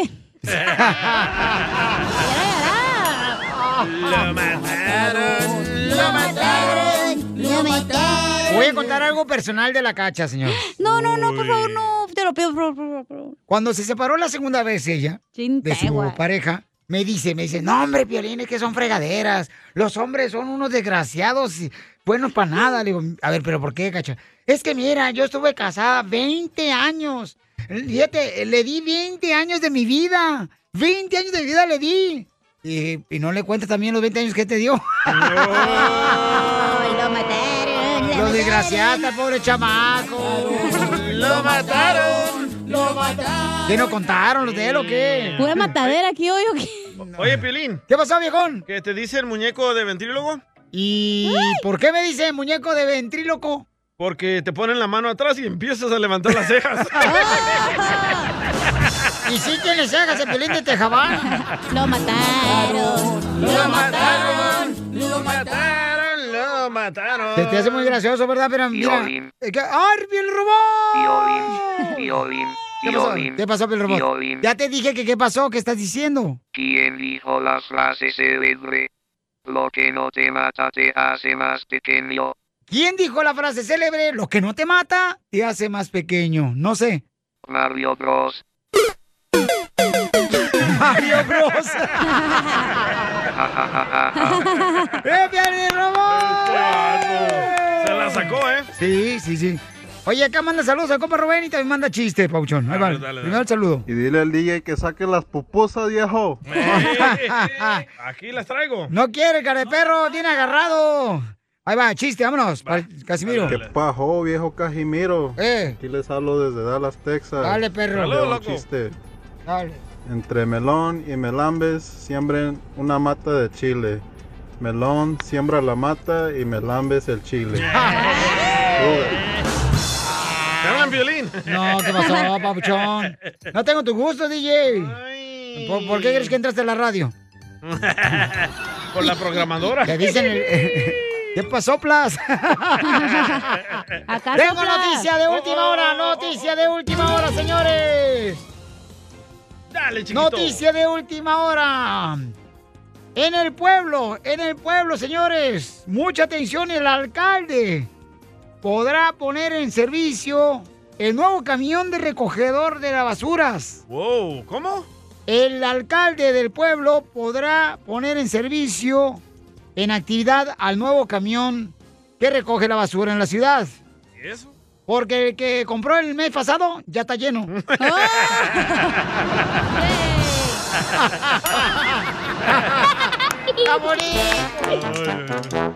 Speaker 11: Lo mataron. Lo mataron. Lo mataron.
Speaker 2: Voy a contar algo personal de la cacha, señor.
Speaker 3: No, no, no, por favor, no. Te lo pido, por favor, por favor, por favor.
Speaker 2: Cuando se separó la segunda vez ella de su pareja, me dice, me dice, no hombre, violines que son fregaderas. Los hombres son unos desgraciados, y buenos para nada. Le digo, a ver, pero ¿por qué, cacha? Es que mira, yo estuve casada 20 años. Fíjate, le di 20 años de mi vida. 20 años de vida le di. Y, y no le cuentas también los 20 años que te dio.
Speaker 3: lo mataron.
Speaker 2: Lo desgraciada, este pobre chamaco.
Speaker 11: Lo mataron. Lo mataron.
Speaker 2: ¿Qué no contaron los de él o qué?
Speaker 3: Pura matadera aquí hoy o qué?
Speaker 4: Oye, Piolín.
Speaker 2: ¿Qué pasó, viejón?
Speaker 4: ¿Qué te dice el muñeco de ventrílogo?
Speaker 2: ¿Y por qué me dice muñeco de ventríloco?
Speaker 4: Porque te ponen la mano atrás y empiezas a levantar las cejas.
Speaker 2: ¿Y si tienes cejas el pelín de Tejabán?
Speaker 3: Lo mataron.
Speaker 11: Lo mataron. Lo mataron. Lo mataron.
Speaker 2: Se te hace muy gracioso, ¿verdad? Pero mira.
Speaker 11: Piolín.
Speaker 2: es que- ¡Ay, el robot!
Speaker 15: Piolín,
Speaker 2: ¿Qué pasó?
Speaker 15: Piolín.
Speaker 2: ¿Qué pasó, Piel Robot?
Speaker 15: Piolín.
Speaker 2: Ya te dije que qué pasó, ¿qué estás diciendo?
Speaker 15: ¿Quién dijo la frase célebre? Lo que no te mata te hace más pequeño.
Speaker 2: ¿Quién dijo la frase célebre? Lo que no te mata te hace más pequeño. No sé.
Speaker 15: Mario Bros.
Speaker 2: Mario Bros. ¡Eh, Piel Robot!
Speaker 4: Se la sacó, ¿eh?
Speaker 2: Sí, sí, sí. Oye, acá manda saludos al compa Rubén y también manda chiste, Pauchón. Ahí va.
Speaker 7: dale, dale.
Speaker 2: Primero el saludo.
Speaker 7: Y dile al DJ que saque las pupusas, viejo.
Speaker 4: Aquí las traigo.
Speaker 2: No quiere, cara de perro, tiene agarrado. Ahí va, chiste, vámonos, pa- Casimiro.
Speaker 7: ¿Qué pajo, viejo Cajimiro?
Speaker 2: Aquí
Speaker 7: les hablo desde Dallas, Texas.
Speaker 2: Dale, perro. Saludos,
Speaker 7: Le doy un
Speaker 2: loco.
Speaker 7: chiste.
Speaker 2: Dale.
Speaker 7: Entre melón y melambes siembren una mata de chile. Melón siembra la mata y melambes el chile.
Speaker 4: ¿Te hablan violín?
Speaker 2: No, ¿qué pasó, papuchón? No tengo tu gusto, DJ. ¿Por, por qué crees que entraste a la radio?
Speaker 4: Por la programadora.
Speaker 2: Te dicen el- eh, ¿Qué pasó, Plas? Tengo
Speaker 9: sopla.
Speaker 2: noticia de última
Speaker 4: Oh,
Speaker 2: hora, noticia de última hora, señores.
Speaker 4: Dale, chiquito.
Speaker 2: Noticia de última hora. En el pueblo, en el pueblo, señores. Mucha atención, el alcalde podrá poner en servicio el nuevo camión de recogedor de las basuras.
Speaker 4: Wow, ¿cómo?
Speaker 2: El alcalde del pueblo podrá poner en servicio, en actividad, al nuevo camión que recoge la basura en la ciudad.
Speaker 4: ¿Y eso?
Speaker 2: Porque el que compró el mes pasado ya está lleno.
Speaker 11: Ah.
Speaker 2: ¡Está bonito!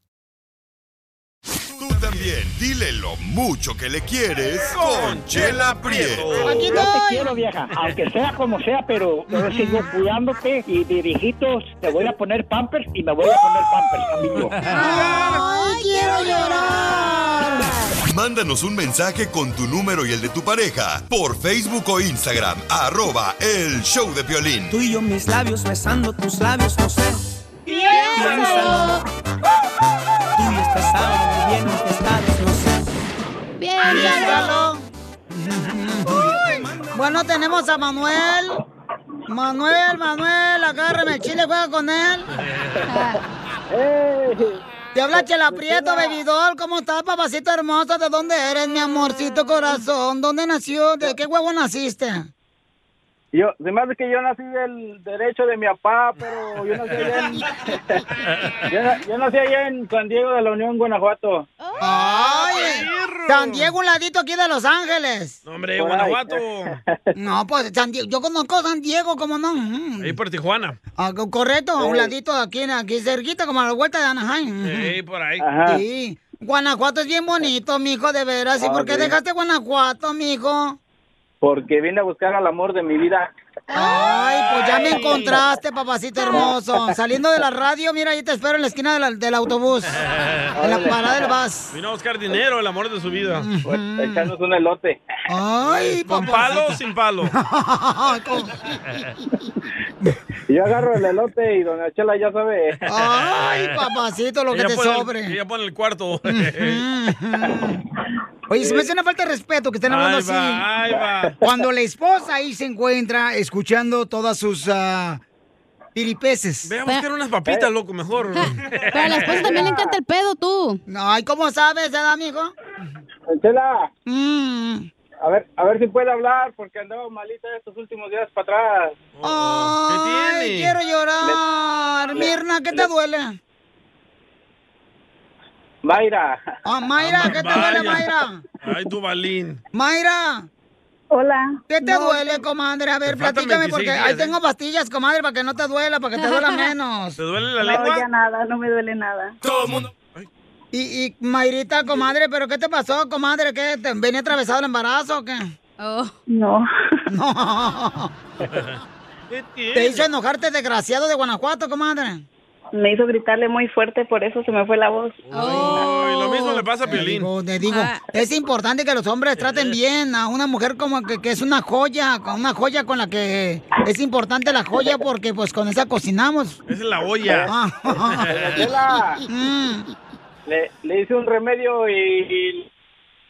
Speaker 5: Tú también, dile lo mucho que le quieres con Chela Prieto.
Speaker 11: Yo te quiero, vieja, aunque sea como sea, pero yo sigo cuidándote y de viejitos te voy a poner pampers y me voy a poner pampers, amigo.
Speaker 9: ¡Ay, quiero llorar!
Speaker 5: Mándanos un mensaje con tu número y el de tu pareja por Facebook o Instagram, arroba el show de violín.
Speaker 9: Tú y yo mis labios besando tus labios, no sé.
Speaker 11: ¡Piénsalo!
Speaker 9: Tú y
Speaker 2: este
Speaker 9: estás ahora muy bien infestados, no sé.
Speaker 2: Piénsalo. Bueno, tenemos a Manuel. Manuel, Manuel, agárrame el chile, juega con él. Te habla Chela Prieto, bebidor. ¿Cómo estás, papacito hermoso? ¿De dónde eres, mi amorcito corazón? ¿Dónde nació? ¿De qué huevo naciste?
Speaker 17: Yo, además de que yo nací del derecho de mi papá, pero yo nací allá en, yo, na- yo nací allá en San Diego de la Unión, Guanajuato.
Speaker 2: ¡Ay! San Diego, un ladito aquí de Los Ángeles.
Speaker 4: No, hombre,
Speaker 17: Por ahí.
Speaker 4: Guanajuato.
Speaker 2: No, pues San Die- yo conozco San Diego, ¿cómo no? Mm.
Speaker 4: Ahí por Tijuana.
Speaker 2: Ah, co- correcto, a un
Speaker 4: Sí.
Speaker 2: ladito de aquí, aquí cerquita, como a la vuelta de Anaheim.
Speaker 4: Sí, por ahí.
Speaker 2: Sí. Guanajuato es bien bonito, mijo, de veras. ¿Y
Speaker 17: Ah,
Speaker 2: por qué
Speaker 17: sí.
Speaker 2: dejaste Guanajuato, mijo?
Speaker 17: Porque vine a buscar al amor de mi vida.
Speaker 2: Ay, pues ya me encontraste, papacito hermoso. Saliendo de la radio, mira, ahí te espero en la esquina de la- del autobús. En la parada del bus.
Speaker 4: Vino a buscar dinero, el amor de su vida.
Speaker 17: Pues, Echarnos un elote.
Speaker 2: Ay,
Speaker 4: ¿Con palo o sin palo?
Speaker 17: Y Yo agarro el elote y doña Chela ya sabe.
Speaker 2: Ay, papacito, lo que
Speaker 4: Ella
Speaker 2: te
Speaker 4: pone el-
Speaker 2: sobre.
Speaker 4: ella pone el cuarto.
Speaker 2: Oye, se me hace una falta de respeto que estén hablando
Speaker 4: Ahí
Speaker 2: así.
Speaker 4: va, ahí va.
Speaker 2: Cuando la esposa ahí se encuentra escuchando todas sus ah, piripeces.
Speaker 4: Ve a buscar unas papitas, loco, mejor.
Speaker 3: Pero a la esposa también le encanta el pedo, tú.
Speaker 2: No, ¿y cómo sabes, edad, mijo?
Speaker 17: Chela.
Speaker 2: A
Speaker 17: ver, a ver si puede hablar porque andaba malita estos últimos días para atrás.
Speaker 2: Ay,
Speaker 17: tiene?
Speaker 2: quiero llorar.
Speaker 17: Le-
Speaker 2: Mirna, ¿qué te duele?
Speaker 17: Mayra.
Speaker 2: Ah, Mayra, ¿qué te duele, Mayra?
Speaker 4: Ay, Dubalín.
Speaker 2: Mayra. Hola. ¿Qué te duele, comadre? A ver,
Speaker 4: Te faltan
Speaker 2: platícame
Speaker 4: 26
Speaker 2: porque
Speaker 4: días,
Speaker 2: ahí
Speaker 4: ¿eh?
Speaker 2: tengo pastillas, comadre, para que no te duela, para que te duela menos.
Speaker 4: ¿Te duele la lengua?
Speaker 2: nada, no me duele nada.
Speaker 4: Todo el mundo.
Speaker 2: Y, y Mayrita, comadre, ¿pero qué te pasó, comadre? ¿Qué? ¿Te venía atravesado el embarazo o qué? No. No. ¿Te hizo enojarte, desgraciado de Guanajuato, comadre?
Speaker 13: Me hizo gritarle muy fuerte, por eso se me fue la voz.
Speaker 4: Uy, lo mismo le pasa a Piolín.
Speaker 2: Te digo, es importante que los hombres traten bien a una mujer como que, que es una joya, con una joya con la que es importante la joya porque pues con esa cocinamos.
Speaker 4: Es la olla.
Speaker 17: Eh, Doña Chela. Le, le hice un remedio y, y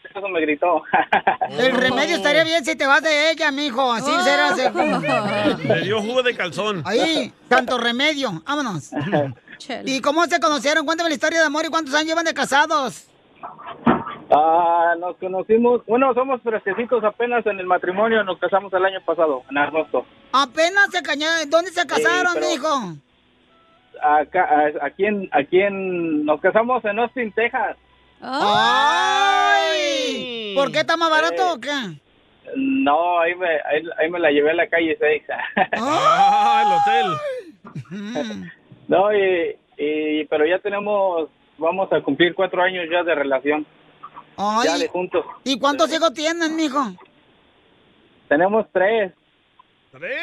Speaker 17: eso me gritó.
Speaker 2: El remedio estaría bien si te vas de ella, mijo. Así será. se-
Speaker 4: Le dio jugo de calzón.
Speaker 2: Ahí, tanto remedio. Vámonos. ¿Y cómo se conocieron? Cuéntame la historia de amor y cuántos años llevan de casados.
Speaker 17: Ah, nos conocimos, bueno, somos fresquecitos apenas en el matrimonio, nos casamos el año pasado, en agosto.
Speaker 2: Apenas se cañaron. ¿Dónde se casaron,
Speaker 17: pero-
Speaker 2: mijo?
Speaker 17: Acá, a- aquí en, aquí en, nos casamos en Austin, Texas.
Speaker 2: ¡Ay! ¿Por qué está más barato o qué?
Speaker 17: No, ahí me, ahí, ahí me la llevé a la calle 6.
Speaker 4: Ah, el hotel.
Speaker 17: No, y, y- pero ya tenemos, vamos a cumplir cuatro años ya de relación.
Speaker 2: Ay.
Speaker 17: Ya de juntos.
Speaker 2: ¿Y cuántos hijos tienen, mijo?
Speaker 17: Tenemos tres.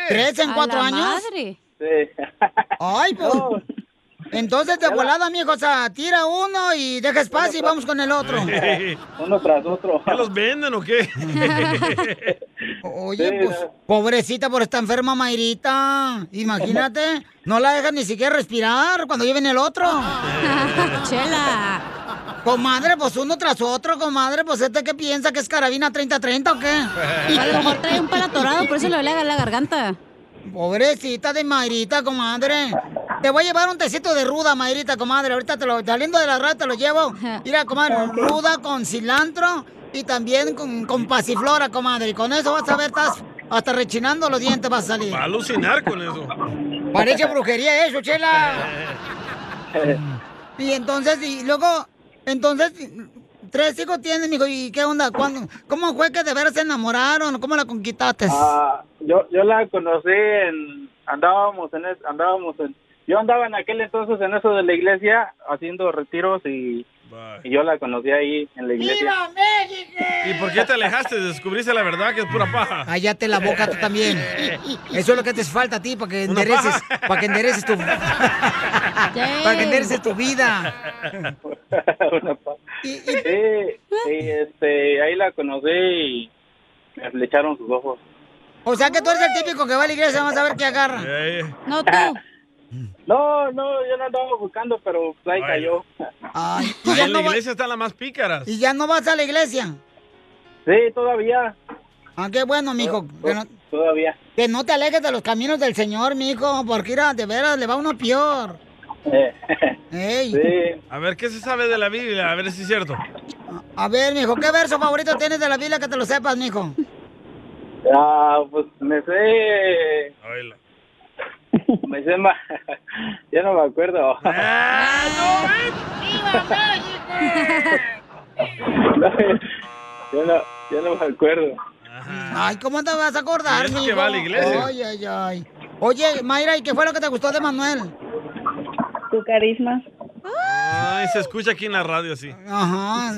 Speaker 2: ¿Tres en cuatro años?
Speaker 17: Sí.
Speaker 2: Ay, pues. Entonces, de volada, mijo, o sea, tira uno y deja espacio y vamos con el otro.
Speaker 17: Uno tras otro.
Speaker 4: ¿Ya los venden o qué?
Speaker 2: Oye, pues, pobrecita por esta enferma Mayrita. Imagínate, no la dejan ni siquiera respirar cuando lleven el otro. Chela. Comadre, pues uno tras otro, comadre, pues este que piensa que es carabina 30-30 o qué?
Speaker 3: A lo mejor trae un pelo atorado, por eso le duele la garganta.
Speaker 2: Pobrecita de Mayrita, comadre. Te voy a llevar un tecito de ruda, Mayrita, comadre. Ahorita te lo, saliendo de la rata te lo llevo. Mira, comadre, ruda con cilantro y también con, con pasiflora, comadre. Y con eso vas a ver, estás hasta rechinando los dientes vas a salir.
Speaker 4: Va a alucinar con eso.
Speaker 2: Parece brujería eso, chela. Y entonces, y luego, entonces, tres hijos tienen, hijo, ¿y qué onda? ¿Cuándo? ¿Cómo fue que de veras se enamoraron? ¿Cómo la conquistaste?
Speaker 17: Ah, yo, yo la conocí en, andábamos en, es- andábamos en, yo andaba en aquel entonces en eso de la iglesia haciendo retiros y, y yo la conocí ahí en la iglesia.
Speaker 2: México!
Speaker 4: ¿Y por qué te alejaste? Descubriste la verdad que es pura paja.
Speaker 2: Cállate la boca tú también. Eso es lo que te falta a ti para que
Speaker 4: Una
Speaker 2: endereces,
Speaker 4: paja.
Speaker 2: para que endereces tu para que endereces tu vida.
Speaker 17: Una pa- sí, sí, este, ahí la conocí y me flecharon sus ojos.
Speaker 2: O sea que tú eres el típico que va a la iglesia, vamos a ver qué agarra. No tú.
Speaker 17: No, no, yo no andaba buscando, pero pues, ahí cayó.
Speaker 4: Ahí
Speaker 2: ya
Speaker 4: en
Speaker 2: no
Speaker 4: la
Speaker 2: va-
Speaker 4: iglesia están las más pícaras.
Speaker 2: ¿Y ya no vas a la iglesia?
Speaker 17: Sí, todavía. Oh,
Speaker 2: Ah, qué bueno, mijo. Que no,
Speaker 17: Todavía.
Speaker 2: que no te alejes de los caminos del Señor, mijo, porque mira, de veras le va uno peor. Ey.
Speaker 4: A ver, ¿qué se sabe de la Biblia? A ver si es cierto.
Speaker 2: A ver, mijo, ¿qué verso favorito tienes de la Biblia que te lo sepas, mijo?
Speaker 17: Ah, pues me sé. Me sé más. ya no me acuerdo.
Speaker 4: Ah.
Speaker 17: yo, no, yo no me acuerdo.
Speaker 2: Ay, ¿cómo te vas a acordar,
Speaker 17: Y eso
Speaker 2: mijo?
Speaker 17: que va a la iglesia.
Speaker 2: Ay, ay, ay. Oye, Mayra, ¿y qué fue lo que te gustó de Manuel?
Speaker 10: Tu carisma.
Speaker 4: Ay, se escucha aquí en la radio así.
Speaker 2: Ajá.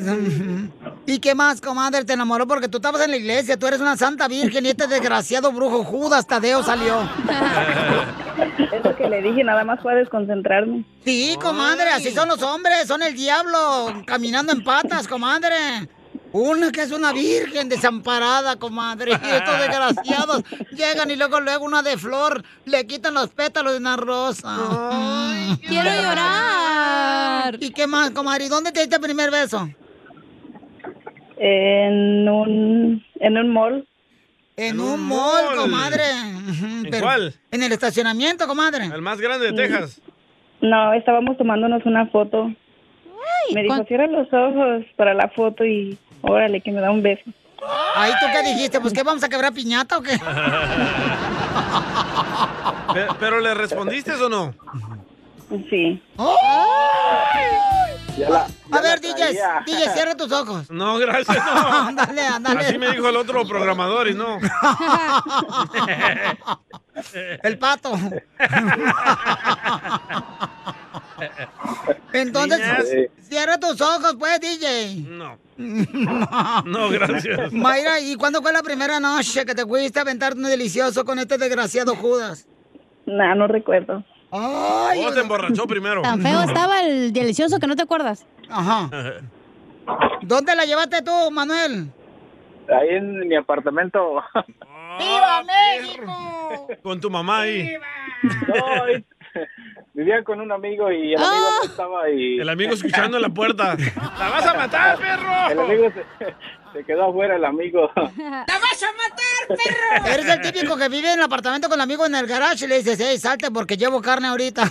Speaker 2: ¿Y qué más, comadre? Te enamoró porque tú estabas en la iglesia, tú eres una santa virgen y este desgraciado brujo Judas Tadeo salió.
Speaker 10: Es lo que le dije, nada más fue a desconcentrarme.
Speaker 2: Sí, comadre, así son los hombres, son el diablo caminando en patas, comadre. Una que es una virgen desamparada, comadre. Y estos desgraciados llegan y luego luego una de flor le quitan los pétalos de una rosa.
Speaker 3: quiero llorar.
Speaker 2: ¿Y qué más, comadre? ¿Y dónde te diste el primer beso?
Speaker 10: En un, en un mall.
Speaker 2: En un mall, comadre. ¿En
Speaker 4: cuál?
Speaker 2: En el estacionamiento, comadre.
Speaker 4: El más grande de Texas.
Speaker 10: No, estábamos tomándonos una foto. me dijo, cierra los ojos para la foto y órale, que me da un beso.
Speaker 2: Ahí tú qué dijiste, pues qué vamos a quebrar piñata o qué?
Speaker 4: Pe- ¿Pero le respondiste o no?
Speaker 10: Sí.
Speaker 2: ¡Oh! a ver, DJ, DJ, cierra tus ojos.
Speaker 4: No, gracias, no.
Speaker 2: Ándale, ándale.
Speaker 4: Así me dijo el otro programador y no.
Speaker 2: El pato. Entonces,
Speaker 4: Niñas.
Speaker 2: cierra tus ojos, pues, DJ.
Speaker 4: No.
Speaker 2: No,
Speaker 4: gracias.
Speaker 2: Mayra, ¿y cuándo fue la primera noche que te fuiste a aventarte un delicioso con este desgraciado Judas?
Speaker 10: No, no recuerdo.
Speaker 2: Ay,
Speaker 4: ¿Cómo te Oh, emborrachó primero?
Speaker 3: Tan feo estaba el delicioso que no te acuerdas.
Speaker 2: Ajá. ¿Dónde la llevaste tú, Manuel?
Speaker 17: Ahí en mi apartamento.
Speaker 2: Ah, ¡Viva México!
Speaker 4: Con tu mamá ahí.
Speaker 17: No, ahí- mi, Vivía con un amigo y el amigo
Speaker 3: Ah.
Speaker 17: no estaba y...
Speaker 4: El amigo escuchando en la puerta.
Speaker 17: ¡La vas a
Speaker 2: Ah,
Speaker 17: matar, perro! El amigo se, se quedó afuera, el amigo.
Speaker 2: ¡La vas a matar, perro! Eres el típico que vive en el apartamento con el amigo en el garage y le dices, hey, salte porque llevo carne ahorita.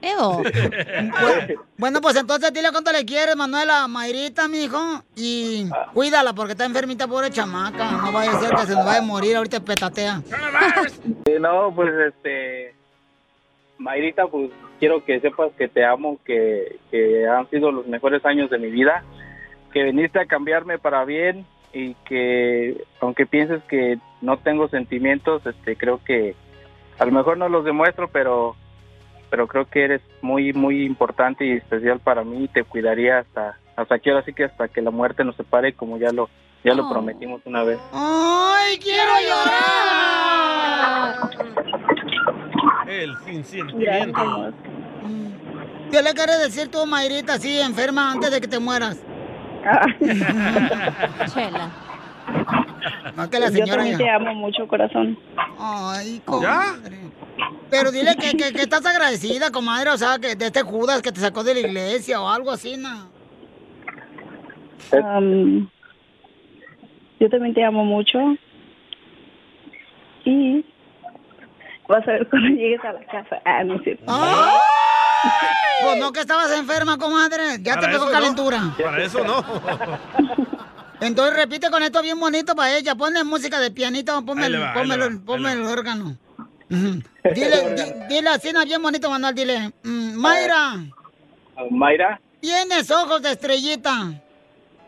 Speaker 2: Evo. Bu- bueno, pues entonces dile cuánto le quieres, Manuela, a Mayrita, mijo. Y cuídala porque está enfermita, pobre chamaca. No vaya a ser que se nos vaya a morir, ahorita petatea.
Speaker 17: Sí, no, pues este. Mayrita, pues quiero que sepas que te amo, que, que han sido los mejores años de mi vida, que viniste a cambiarme para bien y que, aunque pienses que no tengo sentimientos, este, creo que a lo mejor no los demuestro, pero, pero creo que eres muy, muy importante y especial para mí y te cuidaría hasta, hasta que ahora sí que hasta que la muerte nos separe, como ya lo, ya lo
Speaker 2: Oh.
Speaker 17: prometimos una vez.
Speaker 2: ¡Ay, quiero llorar!
Speaker 4: El sin sentimiento.
Speaker 2: ¿Qué le quieres decir tú, Mayrita, así enferma antes de que te mueras? Chela. No, que la
Speaker 10: Yo
Speaker 2: señora
Speaker 10: también
Speaker 2: ya.
Speaker 10: te amo mucho, corazón.
Speaker 2: Ay, comadre. Pero dile que, que- que estás agradecida, comadre, o sea, que de este Judas que te sacó de la iglesia o algo así, ¿no?
Speaker 10: Am, yo también te amo mucho. Y vas a ver cuando llegues a la casa. Ah, no es cierto.
Speaker 2: Pues no que estabas enferma, comadre. Ya te
Speaker 10: Para
Speaker 2: pegó
Speaker 10: eso no.
Speaker 2: calentura.
Speaker 4: Para eso no.
Speaker 2: Entonces repite con esto bien bonito para ella. Ponle música de pianito, ponme,
Speaker 4: Ahí
Speaker 2: el,
Speaker 4: le va, ahí
Speaker 2: ponme
Speaker 4: le
Speaker 2: el-
Speaker 4: va,
Speaker 2: ponme el órgano. Dile, di- dile así, no, bien bonito, Manuel. Dile, mm, Mayra,
Speaker 17: Mayra,
Speaker 2: tienes ojos de estrellita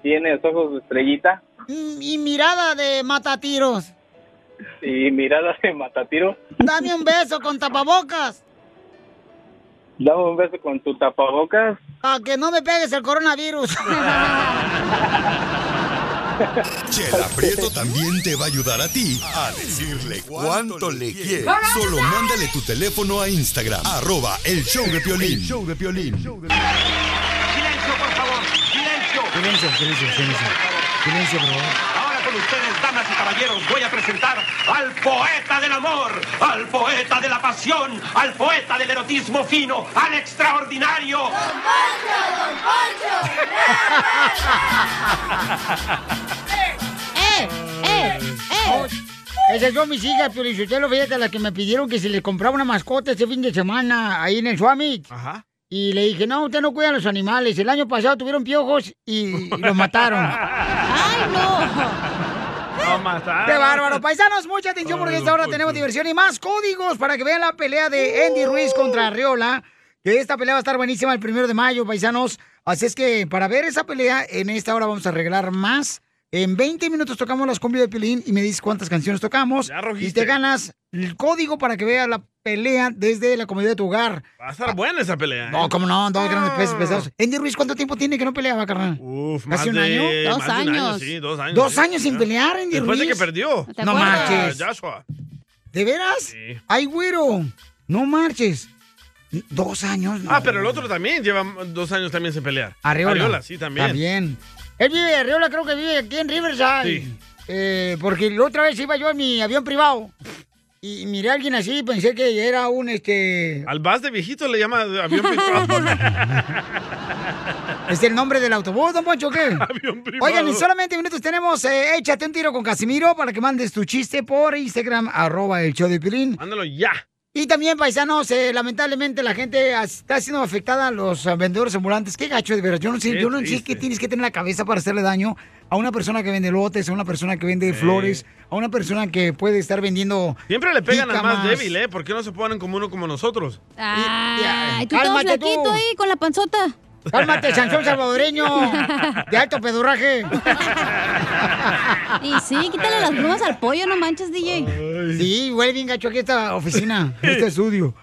Speaker 17: tienes ojos de estrellita
Speaker 2: mm, y mirada de matatiros.
Speaker 17: y mirada de matatiro.
Speaker 2: Dame un beso con tapabocas
Speaker 17: Dame un beso con tu tapabocas.
Speaker 2: para que no me pegues el coronavirus.
Speaker 5: Chela Prieto también te va a ayudar a ti a decirle cuánto le quieres. Solo mándale tu teléfono a Instagram, arroba el show de Piolín.
Speaker 2: El
Speaker 5: show de Piolín.
Speaker 11: Silencio, por favor. Silencio.
Speaker 2: Silencio, silencio, silencio. Silencio, por favor.
Speaker 11: Ahora con ustedes, damas y caballeros, voy a presentar al poeta del amor, al poeta de la pasión, al poeta del erotismo fino, al extraordinario. ¡Don
Speaker 2: ¡Eh! ¡Eh! ¡Eh! Esas son mis hijas, pero yo lo fíjate, las que me pidieron que si les compraba una mascota este fin de semana ahí en el Suami. Ajá. Y le dije, no, usted no cuida a los animales. El año pasado tuvieron piojos y los mataron. ¡Ay, no!
Speaker 4: No mataron.
Speaker 2: ¡Qué bárbaro! Paisanos, mucha atención porque esta hora
Speaker 4: pues,
Speaker 2: tenemos diversión y más códigos para que vean la pelea de Andy Ruiz contra Arriola. Que esta pelea va a estar buenísima el primero de mayo, paisanos. Así es que para ver esa pelea, en esta hora vamos a arreglar más. En 20 minutos tocamos las combi de Pilín y me dices cuántas canciones tocamos. y te ganas el código para que veas la pelea desde la comodidad de tu hogar.
Speaker 4: Va a estar buena esa pelea. ¿eh?
Speaker 2: No, como no, dos grandes pesos pesados. Andy Ruiz, ¿cuánto tiempo tiene que no peleaba, carnal?
Speaker 4: Ah. Uf, más
Speaker 2: ¿Hace un
Speaker 4: de-
Speaker 2: año?
Speaker 4: más de un año, sí, dos años.
Speaker 2: Dos
Speaker 4: sí.
Speaker 2: años sin
Speaker 4: Ya.
Speaker 2: pelear, Andy
Speaker 4: Después de
Speaker 2: Ruiz.
Speaker 4: que perdió.
Speaker 2: ¿Te No acuerdas? marches.
Speaker 4: Ah, Joshua.
Speaker 2: ¿De veras?
Speaker 4: Sí.
Speaker 2: Ay, güero, no marches. Dos años, no.
Speaker 4: Ah, pero el otro también lleva dos años también sin pelear.
Speaker 2: Arreola.
Speaker 4: sí, también.
Speaker 2: También. Él vive, Arriola creo que vive aquí en Riverside.
Speaker 4: Sí.
Speaker 2: Eh, porque la otra vez iba yo en mi avión privado y miré a alguien así y pensé que era un, este...
Speaker 4: Al bus de viejito le llama avión
Speaker 2: ¿Es el nombre del autobús, don Poncho, o qué? Oigan, y solamente minutos tenemos eh, Échate un tiro con Casimiro para que mandes tu chiste por Instagram, arroba el show de Pilín.
Speaker 4: Mándalo ya.
Speaker 2: Y también, paisanos, eh, lamentablemente la gente as- está siendo afectada a los eh, vendedores ambulantes. Qué gacho, de veras. Yo no sé,
Speaker 4: Qué
Speaker 2: yo no sé
Speaker 4: triste.
Speaker 2: qué tienes que tener en la cabeza para hacerle daño a una persona que vende lotes, a una persona que vende flores, a una persona que puede estar vendiendo.
Speaker 4: Siempre le pegan al más,
Speaker 2: jícamas.
Speaker 4: débil, ¿eh? ¿Por qué no se ponen como uno como nosotros?
Speaker 3: Ay, tú todo
Speaker 2: Cálmate tú.
Speaker 3: flaquito ahí con la panzota.
Speaker 2: Cálmate, Sansón salvadoreño, de alto pedorraje.
Speaker 3: Y sí, quítale las plumas al pollo, no manches, DJ.
Speaker 2: Sí, huele bien gacho aquí esta oficina, este estudio.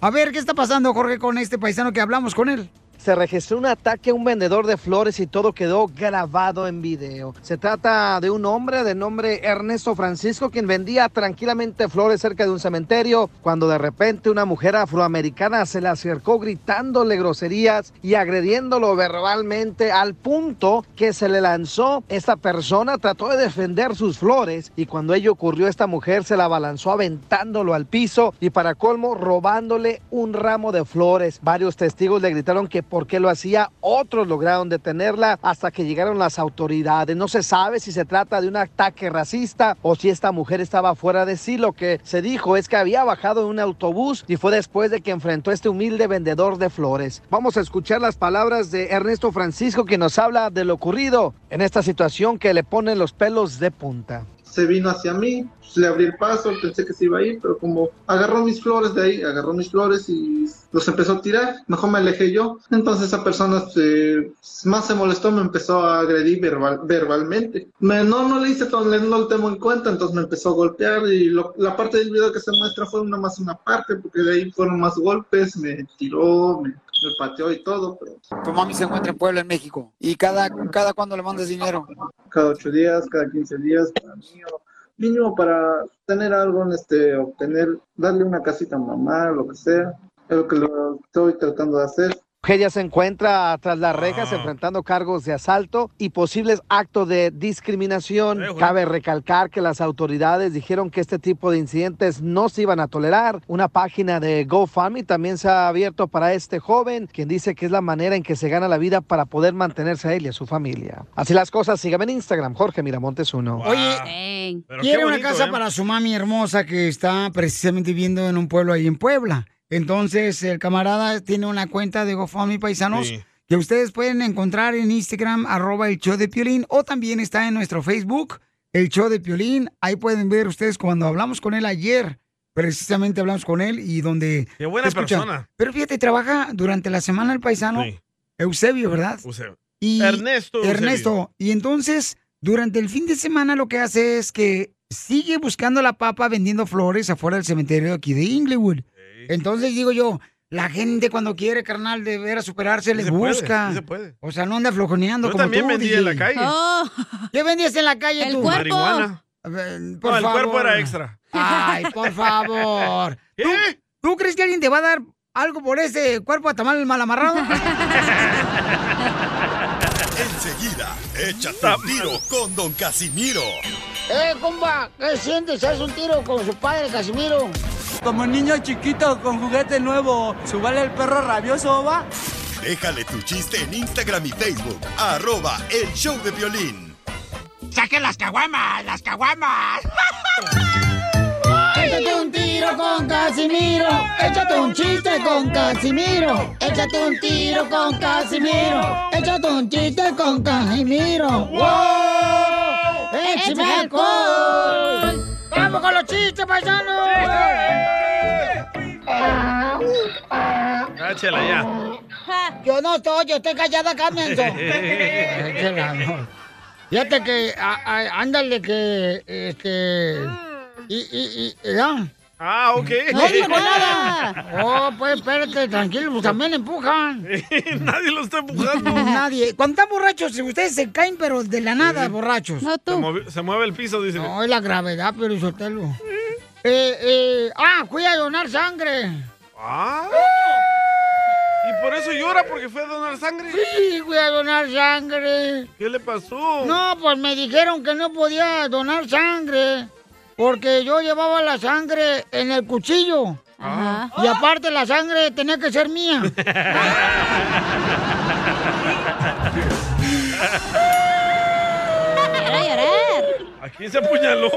Speaker 2: A ver, ¿qué está pasando, Jorge, con este paisano que hablamos con él?
Speaker 6: se registró un ataque a un vendedor de flores y todo quedó grabado en video. Se trata de un hombre de nombre Ernesto Francisco quien vendía tranquilamente flores cerca de un cementerio cuando de repente una mujer afroamericana se le acercó gritándole groserías y agrediéndolo verbalmente al punto que se le lanzó. Esta persona trató de defender sus flores y cuando ello ocurrió esta mujer se la abalanzó aventándolo al piso y para colmo robándole un ramo de flores. Varios testigos le gritaron que por qué lo hacía, otros lograron detenerla hasta que llegaron las autoridades. No se sabe si se trata de un ataque racista o si esta mujer estaba fuera de sí. Lo que se dijo es que había bajado en un autobús y fue después de que enfrentó a este humilde vendedor de flores. Vamos a escuchar las palabras de Ernesto Francisco que nos habla de lo ocurrido en esta situación que le ponen los pelos de punta.
Speaker 7: se vino hacia mí, pues, le abrí el paso, pensé que se iba a ir, pero como agarró mis flores de ahí, agarró mis flores y los empezó a tirar, mejor me alejé yo. Entonces esa persona se- más se molestó, me empezó a agredir verbal- verbalmente. Me- no, no le hice, todo, le- no lo tengo en cuenta, entonces me empezó a golpear y lo- la parte del video que se muestra fue una más una parte, porque de ahí fueron más golpes, me tiró, me, me pateó y todo, pero
Speaker 2: Tu mami se encuentra en Puebla, en México. ¿Y cada, cada cuándo le mandas dinero?
Speaker 7: cada ocho días, cada 15 días, para mí, o mínimo para tener algo, en este, obtener, darle una casita a mamá, lo que sea, es lo que lo estoy tratando de hacer.
Speaker 6: Ella se encuentra tras las rejas enfrentando cargos de asalto y posibles actos de discriminación. Cabe recalcar que las autoridades dijeron que este tipo de incidentes no se iban a tolerar. Una página de GoFundMe también se ha abierto para este joven, quien dice que es la manera en que se gana la vida para poder mantenerse a él y a su familia. Así las cosas, sígame en Instagram, Jorge Miramontes 1.
Speaker 2: Ah. Oye, quiere una
Speaker 11: ¿eh?
Speaker 2: casa para su mami hermosa que está precisamente viviendo en un pueblo ahí en Puebla. Entonces, el camarada tiene una cuenta de GoFundMe Paisanos
Speaker 11: Sí.
Speaker 2: que ustedes pueden encontrar en Instagram, arroba el show de Piolín, o también está en nuestro Facebook, el show de Piolín. Ahí pueden ver ustedes cuando hablamos con él ayer, precisamente hablamos con él y donde...
Speaker 11: Qué buena
Speaker 2: te escuchan.
Speaker 11: persona.
Speaker 2: Pero fíjate, trabaja durante la semana el paisano Eusebio, ¿verdad?
Speaker 11: Eusebio.
Speaker 2: Y
Speaker 11: Ernesto Eusebio.
Speaker 2: Ernesto. Y entonces, durante el fin de semana lo que hace es que sigue buscando a la papa vendiendo flores afuera del cementerio aquí de Inglewood. Entonces digo yo, la gente cuando quiere, carnal, de ver a superarse, le
Speaker 11: se puede,
Speaker 2: busca.
Speaker 11: sí se puede.
Speaker 2: O sea, no anda flojoneando
Speaker 11: Yo
Speaker 2: como
Speaker 11: también
Speaker 2: tú,
Speaker 11: vendí en
Speaker 2: DJ.
Speaker 11: la calle.
Speaker 22: Oh.
Speaker 2: ¿Qué vendías en la calle
Speaker 11: El
Speaker 2: tú?
Speaker 11: cuerpo. Marihuana.
Speaker 2: Eh, por
Speaker 11: No, el
Speaker 2: favor.
Speaker 11: cuerpo era extra.
Speaker 2: Ay, por favor. ¿Tú, tú crees que alguien te va a dar algo por ese cuerpo tamal mal amarrado?
Speaker 5: Enseguida, échate un tiro con Don Casimiro.
Speaker 22: ¡Eh, compa! ¿Qué sientes? ¿Haz un tiro con su padre, Casimiro? Como niño chiquito con juguete nuevo, ¿subale el perro rabioso, va?
Speaker 5: Déjale tu chiste en Instagram y Facebook. Arroba el show de violín.
Speaker 22: ¡Saque las caguamas, las caguamas!
Speaker 4: Échate un tiro con Casimiro. Échate un chiste con Casimiro. Échate un tiro con Casimiro. Échate un chiste con Casimiro. ¡Wow! ¡Échame alcohol!
Speaker 2: ¡Vamos con los chistes, paisanos!
Speaker 11: Cáchela ya.
Speaker 4: Yo no estoy, yo estoy callada acá, menso.
Speaker 2: Échela, no. Fíjate que, a- a- ándale que, este, y, y, y, ¿ya?
Speaker 11: Ah, ok.
Speaker 2: No digo nada. Oh, pues espérate, tranquilo, pues también empujan.
Speaker 11: Nadie lo está empujando.
Speaker 2: Nadie. Cuando están borrachos, ustedes se caen, pero de la nada, borrachos.
Speaker 11: Se, movi- se mueve el piso, dice.
Speaker 2: No, es la gravedad, pero Sotelo. Eh, eh, ah, fui a donar sangre.
Speaker 11: Ah. Y por eso llora, porque fue a donar sangre.
Speaker 4: Sí, voy a donar sangre.
Speaker 11: ¿Qué le pasó?
Speaker 4: No, pues me dijeron que no podía donar sangre porque yo llevaba la sangre en el cuchillo. Y aparte la sangre tenía que ser mía.
Speaker 11: ¿A quién se apuñaló?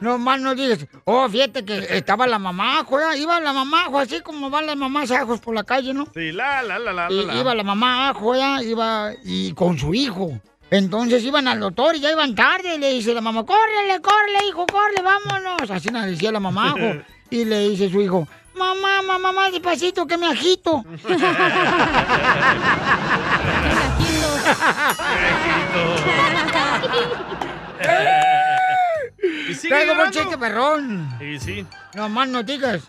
Speaker 4: No más no digas, oh, fíjate que estaba la mamá, joder, iba la mamá, jo, así como van las mamás ajos por la calle, ¿no?
Speaker 11: Sí, la, la, la, la, la,
Speaker 4: Y-
Speaker 11: la.
Speaker 4: Iba la mamá ajo, ya, iba y con su hijo. Entonces iban al doctor y ya iban tarde. Y le dice la mamá, córrele, córrele, hijo, córrele, vámonos. Así nos decía la mamá ajo. Y le dice su hijo, mamá, mamá, mamá, despacito, que me agito.
Speaker 11: ¿Y sigue
Speaker 4: Traigo un
Speaker 11: llorando?
Speaker 4: chiste perrón.
Speaker 11: Y sí.
Speaker 4: No más no digas.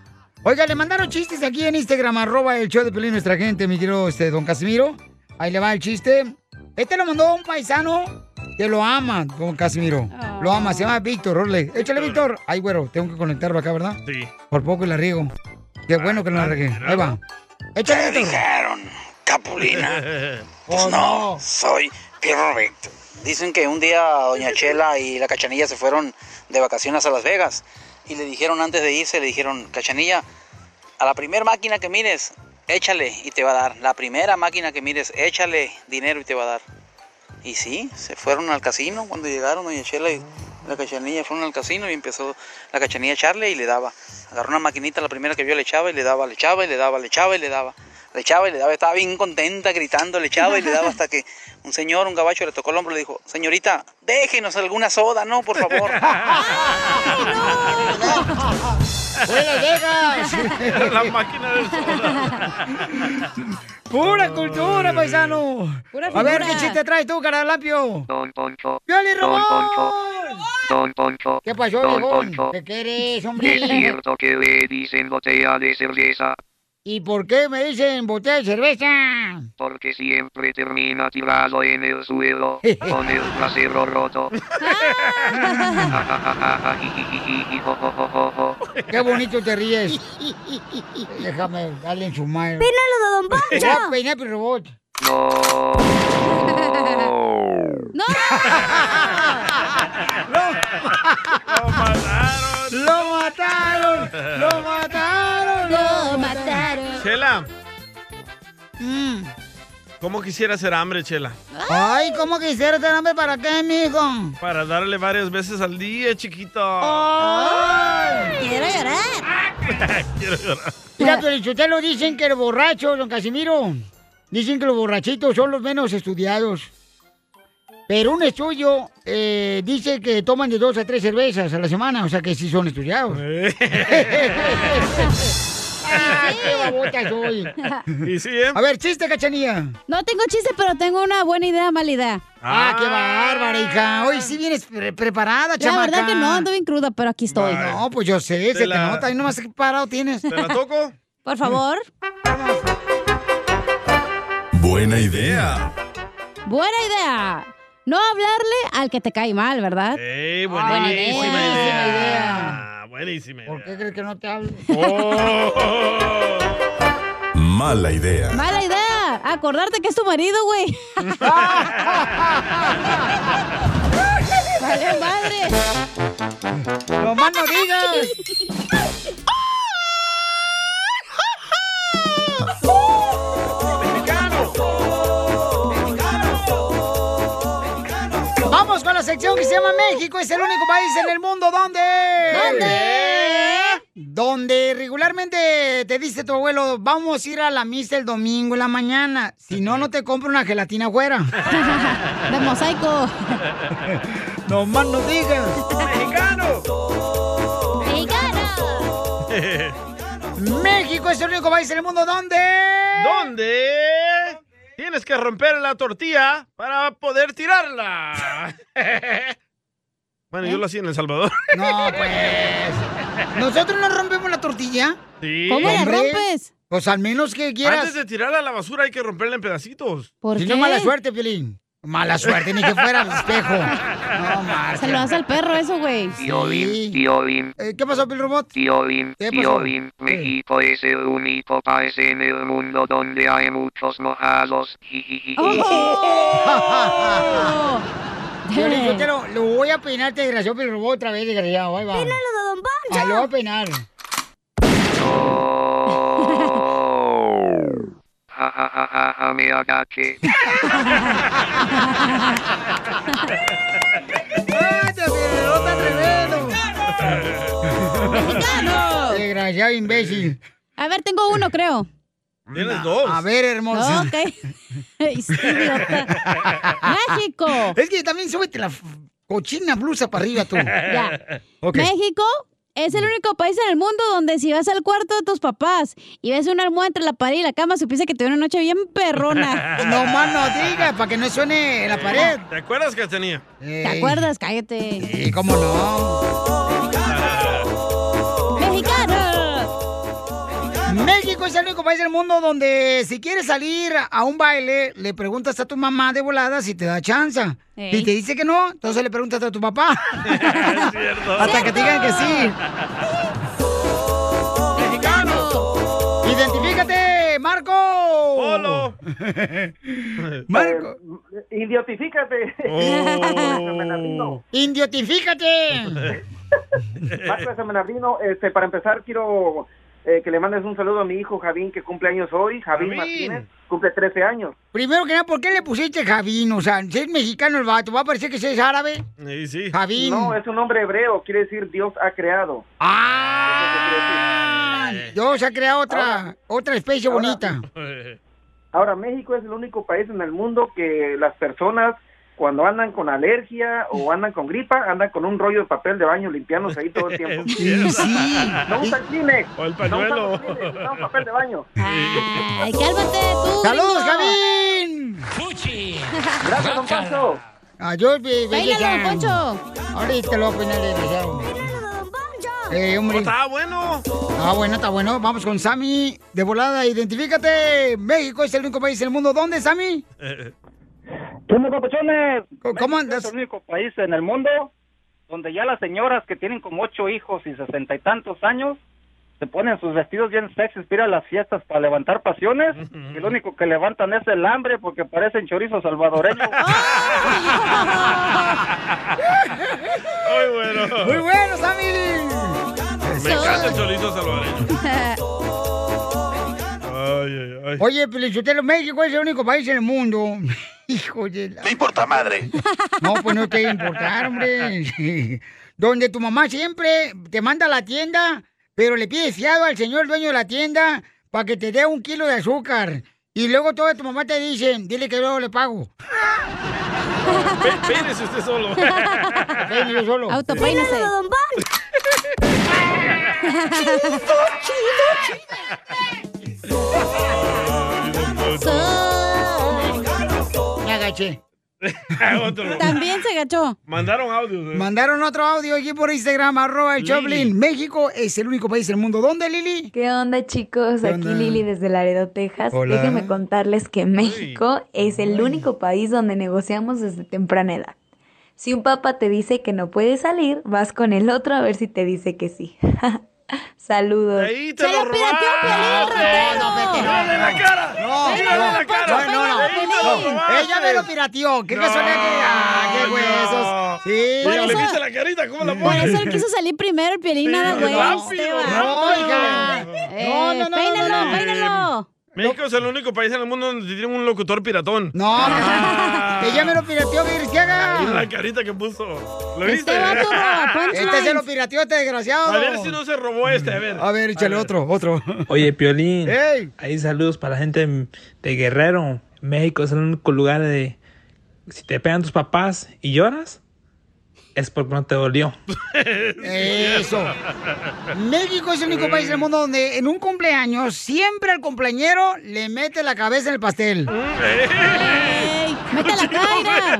Speaker 2: Oiga, le mandaron chistes aquí en Instagram, arroba el show de Pelín nuestra gente, mi querido este, don Casimiro. Ahí le va el chiste. Este lo mandó un paisano que lo ama, don Casimiro. Lo ama, se llama Víctor, órale. Échale, Víctor. Ay, güero, tengo que conectarlo acá, ¿verdad?
Speaker 4: Sí.
Speaker 2: Por poco y la riego. Qué bueno que no la regué. Ahí va. Échale,
Speaker 14: ¿Qué
Speaker 2: Víctor.
Speaker 14: dijeron, Capulina? Pues
Speaker 2: Oh,
Speaker 14: no,
Speaker 2: no.
Speaker 14: soy perfecto. Dicen que un día Doña Chela y la Cachanilla se fueron de vacaciones a Las Vegas y le dijeron antes de irse, le dijeron, Cachanilla, a la primera máquina que mires, échale y te va a dar. La primera máquina que mires, échale dinero y te va a dar. Y sí, se fueron al casino cuando llegaron Doña Chela y la cachanilla fueron al casino y empezó la cachanilla a echarle y le daba. Agarró una maquinita, la primera que vio le echaba y le daba, le echaba y le daba, le echaba y le daba. Le echaba y le daba, estaba bien contenta gritando, le echaba y le daba hasta que un señor, un gabacho le tocó el hombro y le dijo, señorita, déjenos alguna soda, ¿no? Por favor.
Speaker 2: ¡Buenas Vegas!
Speaker 4: la máquina del
Speaker 2: ¡Pura cultura, paisano!
Speaker 4: Pura
Speaker 2: A ver, ¿qué
Speaker 4: figura.
Speaker 2: chiste traes tú, caralapio?
Speaker 15: Don Poncho.
Speaker 2: ¡Pioli
Speaker 15: Don Poncho.
Speaker 2: Ramón!
Speaker 15: Don Poncho.
Speaker 2: ¿Qué pasó,
Speaker 15: Don
Speaker 2: viejón?
Speaker 15: Poncho.
Speaker 2: ¿Qué quieres,
Speaker 15: Es
Speaker 2: hombre?
Speaker 15: cierto que le dicen botella de cerveza
Speaker 2: ¿Y por qué me dicen botella de cerveza?
Speaker 15: porque siempre termina tirado en el suelo con el trasero roto.
Speaker 2: ¡Qué bonito te ríes! Déjame darle en su mano.
Speaker 15: ¡Pínalo, don Poncho!
Speaker 2: ¡Ah, peinalo, robot!
Speaker 15: No.
Speaker 2: ¡No! ¡Lo mataron! ¡Lo mataron! ¡Lo mataron! ¡Lo mataron!
Speaker 4: Chela.
Speaker 2: Mm.
Speaker 4: ¿Cómo quisiera hacer hambre, Chela?
Speaker 2: Ay, ¿cómo quisiera tener hambre para qué, mijo?
Speaker 4: Para darle varias veces al día, chiquito.
Speaker 2: Ah. Quiero llorar.
Speaker 4: Quiero llorar.
Speaker 2: Mira, Piolichotelo, dicen que los borrachos, don Casimiro, dicen que los borrachitos son los menos estudiados. Pero un estudio eh, dice que toman de dos a tres cervezas a la semana, o sea que sí son estudiados. ¡Ah, qué babota soy!
Speaker 4: ¿Y sí, eh?
Speaker 2: A ver, chiste, cachanilla.
Speaker 3: No tengo chiste, pero tengo una buena idea, mala idea.
Speaker 2: ¡Ah, qué bárbara, hija! Hoy sí vienes pre- preparada,
Speaker 3: La
Speaker 2: chamaca.
Speaker 3: verdad que no, ando bien cruda, pero aquí estoy.
Speaker 2: No, pues yo sé, se te nota. Y nomás que parado tienes.
Speaker 3: ¿Te la
Speaker 4: toco?
Speaker 3: Por favor.
Speaker 5: Buena idea.
Speaker 3: Buena idea. No hablarle al que te cae mal, ¿verdad?
Speaker 4: ¡Ey,
Speaker 3: buena
Speaker 4: buenísima idea!
Speaker 3: idea.
Speaker 4: Ah, Buenísima idea.
Speaker 2: ¿Qué crees que no te hablo?
Speaker 5: Mala idea.
Speaker 3: Mala idea. Acordarte que es tu marido, güey. vale, madre.
Speaker 2: ¡No más no digas! Vamos con la sección que se llama México. Es el único país en el mundo donde. ¿Dónde? Donde regularmente te dice tu abuelo, vamos a ir a la misa el domingo en la mañana. Si no, no te compro una gelatina afuera.
Speaker 3: De mosaico.
Speaker 2: No más no digas. ¡Mexicano!
Speaker 4: Eh,
Speaker 2: México es el único país en el mundo donde.
Speaker 4: ¿Dónde? Tienes que romper la tortilla para poder tirarla. bueno, yo lo hacía en El Salvador.
Speaker 2: No, pues. ¿Nosotros no rompemos la tortilla?
Speaker 4: Sí.
Speaker 2: Hombre, Pues al menos que quieras.
Speaker 4: Antes de tirarla a la basura hay que romperla en pedacitos.
Speaker 2: si no, mala suerte, Piolín. Mala suerte, ni que fuera al espejo. No, Marta.
Speaker 3: Se lo hace al perro eso, güey.
Speaker 15: Violín, violín,
Speaker 2: Eh, ¿Qué pasó, Pil Robot?
Speaker 15: violín,
Speaker 2: ¿Qué pasó?
Speaker 15: violín. México es el único país en el mundo donde hay muchos mojados.
Speaker 2: Oh. Piolín, yo te lo, lo voy a peinar, te desgraciado, Pil Robot, otra vez, desgraciado. Ahí va. Peinalo de Don Pancho. lo voy a peinar.
Speaker 15: Oh. Ja, ja, ja, ja, ja, me agaché.
Speaker 3: ¡Mexicano!
Speaker 2: Desgraciado, imbécil.
Speaker 3: A ver, tengo uno, creo.
Speaker 4: Tienes dos.
Speaker 2: A ver, hermosa.
Speaker 3: No, ok. México.
Speaker 2: Es que también súbete la f- cochina blusa para arriba tú.
Speaker 3: Ya.
Speaker 2: Ok.
Speaker 3: México es el único país en el mundo donde si vas al cuarto de tus papás y ves una almohada entre la pared y la cama, supiste que tuvieron una noche bien perrona.
Speaker 2: No más no digas, para que no suene en la pared.
Speaker 4: ¿Te acuerdas que tenía?
Speaker 3: ¿Te acuerdas? Cállate.
Speaker 2: Sí, cómo no.
Speaker 3: ¡Mexicano!
Speaker 2: es el único país del mundo donde si quieres salir a un baile, le preguntas a tu mamá de volada si te da chance.
Speaker 3: Ey.
Speaker 2: Y te dice que no, entonces le preguntas a tu papá.
Speaker 4: es cierto.
Speaker 2: Hasta que te digan que sí. ¡Identifícate, Eh, Marco! ¡Polo!
Speaker 23: Marco.
Speaker 16: Idiotifícate.
Speaker 23: ¡Indiotifícate!
Speaker 16: Marco de Ah, pues, San Bernardino, este, para empezar quiero eh, que le mandes un saludo a mi hijo Javín, que cumple años hoy. Javín,
Speaker 23: Javín.
Speaker 16: Martínez, cumple 13 años.
Speaker 2: Primero que nada, ¿por qué le pusiste Javín? O sea, si es mexicano el vato, ¿va a parecer que si es árabe?
Speaker 4: Sí, sí.
Speaker 2: Javín.
Speaker 16: No, es un nombre hebreo, quiere decir Dios ha creado.
Speaker 2: ¡Ah! Dios ha creado otra, otra especie
Speaker 16: ahora-
Speaker 2: bonita.
Speaker 16: Ahora, México es el único país en el mundo que las personas cuando andan con alergia o andan con gripa, andan con un rollo de papel de baño limpiándose ahí todo el tiempo.
Speaker 4: Sí, sí.
Speaker 16: No usan Kleenex.
Speaker 4: O el
Speaker 16: No
Speaker 4: pañuelo.
Speaker 16: usan Kleenex, usan papel de baño.
Speaker 3: Ay, cálmate tú.
Speaker 2: ¡Saludos,
Speaker 3: gringo.
Speaker 2: Javín!
Speaker 16: Gracias, don Poncho.
Speaker 2: Adiós, pues, bebé.
Speaker 3: Báilalo, Poncho.
Speaker 2: Ahorita lo voy a poner el deseo. Eh, hombre.
Speaker 4: Está bueno.
Speaker 2: Ah, bueno, está bueno. Vamos con Sammy. De volada, identifícate. México es el único país del mundo. ¿Dónde, Sammy?
Speaker 16: ¿Cómo, papuchones?
Speaker 2: ¿Cómo
Speaker 16: andas? Es el único país en el mundo donde ya las señoras que tienen como ocho hijos y sesenta y tantos años se ponen sus vestidos bien sexys para ir a las fiestas para levantar pasiones y lo único que levantan es el hambre porque parecen chorizos salvadoreños.
Speaker 4: Muy bueno.
Speaker 2: Muy bueno, Sammy.
Speaker 4: Me encanta el chorizo salvadoreño. Ay, ay, ay.
Speaker 2: Oye, Pelichotelo, México es el único país en el mundo. Hijo de la...
Speaker 11: No importa madre.
Speaker 2: No, pues no te importa, hombre. Donde tu mamá siempre te manda a la tienda, pero le pide fiado al señor dueño de la tienda para que te dé un kilo de azúcar. Y luego toda tu mamá te dice, dile que luego le pago.
Speaker 4: Pe- Peínese usted solo.
Speaker 2: Peínese solo.
Speaker 3: Autopeínese. Míralo, don
Speaker 2: Me agaché.
Speaker 4: Otro.
Speaker 3: También se agachó.
Speaker 4: Mandaron audios. ¿eh?
Speaker 2: Mandaron otro audio aquí por Instagram, arroba el
Speaker 4: Lili.
Speaker 2: Choplin. México es el único país del mundo. ¿Dónde, Lili?
Speaker 18: ¿Qué onda chicos?
Speaker 2: ¿Qué
Speaker 18: Aquí
Speaker 2: onda?
Speaker 18: Lili desde Laredo, Texas.
Speaker 2: Hola.
Speaker 18: Déjenme contarles que México es el único país donde negociamos desde temprana edad. Si un papá te dice que no puedes salir, vas con el otro a ver si te dice que sí. Saludos.
Speaker 4: Ahí te lo robaste. Mírale la cara.
Speaker 2: No,
Speaker 4: Mírale
Speaker 2: no,
Speaker 4: la cara.
Speaker 2: no, no, no.
Speaker 4: Ahí te lo robaste.
Speaker 2: Ella me lo pirateó. ¿Qué casualidad que- ah, qué huesos. Sí.
Speaker 4: Mira, le viste la carita, ¿cómo la
Speaker 3: Por
Speaker 4: pone?
Speaker 3: eso él quiso salir primero el piolín, nada,
Speaker 4: Sí,
Speaker 3: güey.
Speaker 4: rápido,
Speaker 3: Este
Speaker 4: rápido.
Speaker 3: vato.
Speaker 2: No,
Speaker 3: Eh,
Speaker 2: no, no, no,
Speaker 3: Peínalo,
Speaker 4: no.
Speaker 3: peínalo.
Speaker 4: México es el único país en el mundo donde tiene un locutor piratón.
Speaker 2: No, Ella me lo pirateó, ¿qué quieres que
Speaker 4: Mira la
Speaker 2: haga?
Speaker 4: carita que puso. ¿Lo viste?
Speaker 2: Este vato roba punchlines. Este se lo pirateó, este desgraciado.
Speaker 4: A ver si no se robó este, a ver.
Speaker 2: A ver, échale otro, otro.
Speaker 19: Oye, Piolín. Ahí saludos para la gente de Guerrero. México es el único lugar de... Si te pegan tus papás y lloras, es porque no te dolió.
Speaker 2: Eso. México es el único país del mundo donde en un cumpleaños siempre al cumpleañero le mete la cabeza en el pastel.
Speaker 3: ¡Ey! ¡Mete la cara!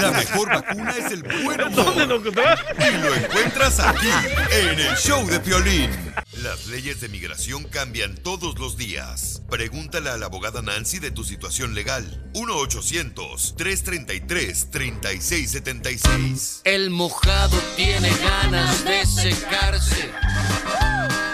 Speaker 5: La mejor vacuna es el buen humor. Y lo encuentras aquí, en el show de Piolín. Las leyes de migración cambian todos los días. Pregúntale a la abogada Nancy de tu situación legal. 1-800-333-3676.
Speaker 24: El mojado tiene ganas de secarse.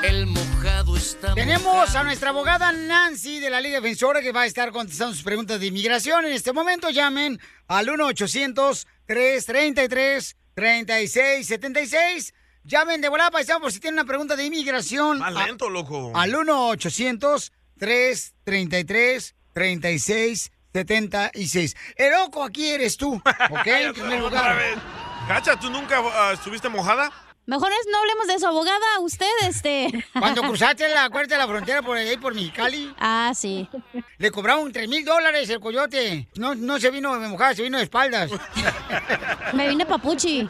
Speaker 24: El mojado está.
Speaker 2: Tenemos a nuestra abogada Nancy de la Liga Defensora que va a estar contestando sus preguntas de inmigración. En este momento llamen al 1-800-333-3676. Llamen de volada, paisano, por si tienen una pregunta de inmigración.
Speaker 4: Más
Speaker 2: a-
Speaker 4: lento, loco.
Speaker 2: Al 1-800-333-3676. El loco aquí eres tú, ¿ok? En primer
Speaker 4: Otra
Speaker 2: lugar.
Speaker 4: vez. Cacha, ¿tú nunca ah, estuviste mojada?
Speaker 3: Mejor es- no hablemos de su abogada, usted, este.
Speaker 2: Cuando cruzaste la puerta de la frontera por ahí, por Mexicali.
Speaker 3: Ah, sí.
Speaker 2: Le cobraron 3 mil dólares el coyote. No, no se vino de mojada, se vino de espaldas.
Speaker 3: Me vine papuchi.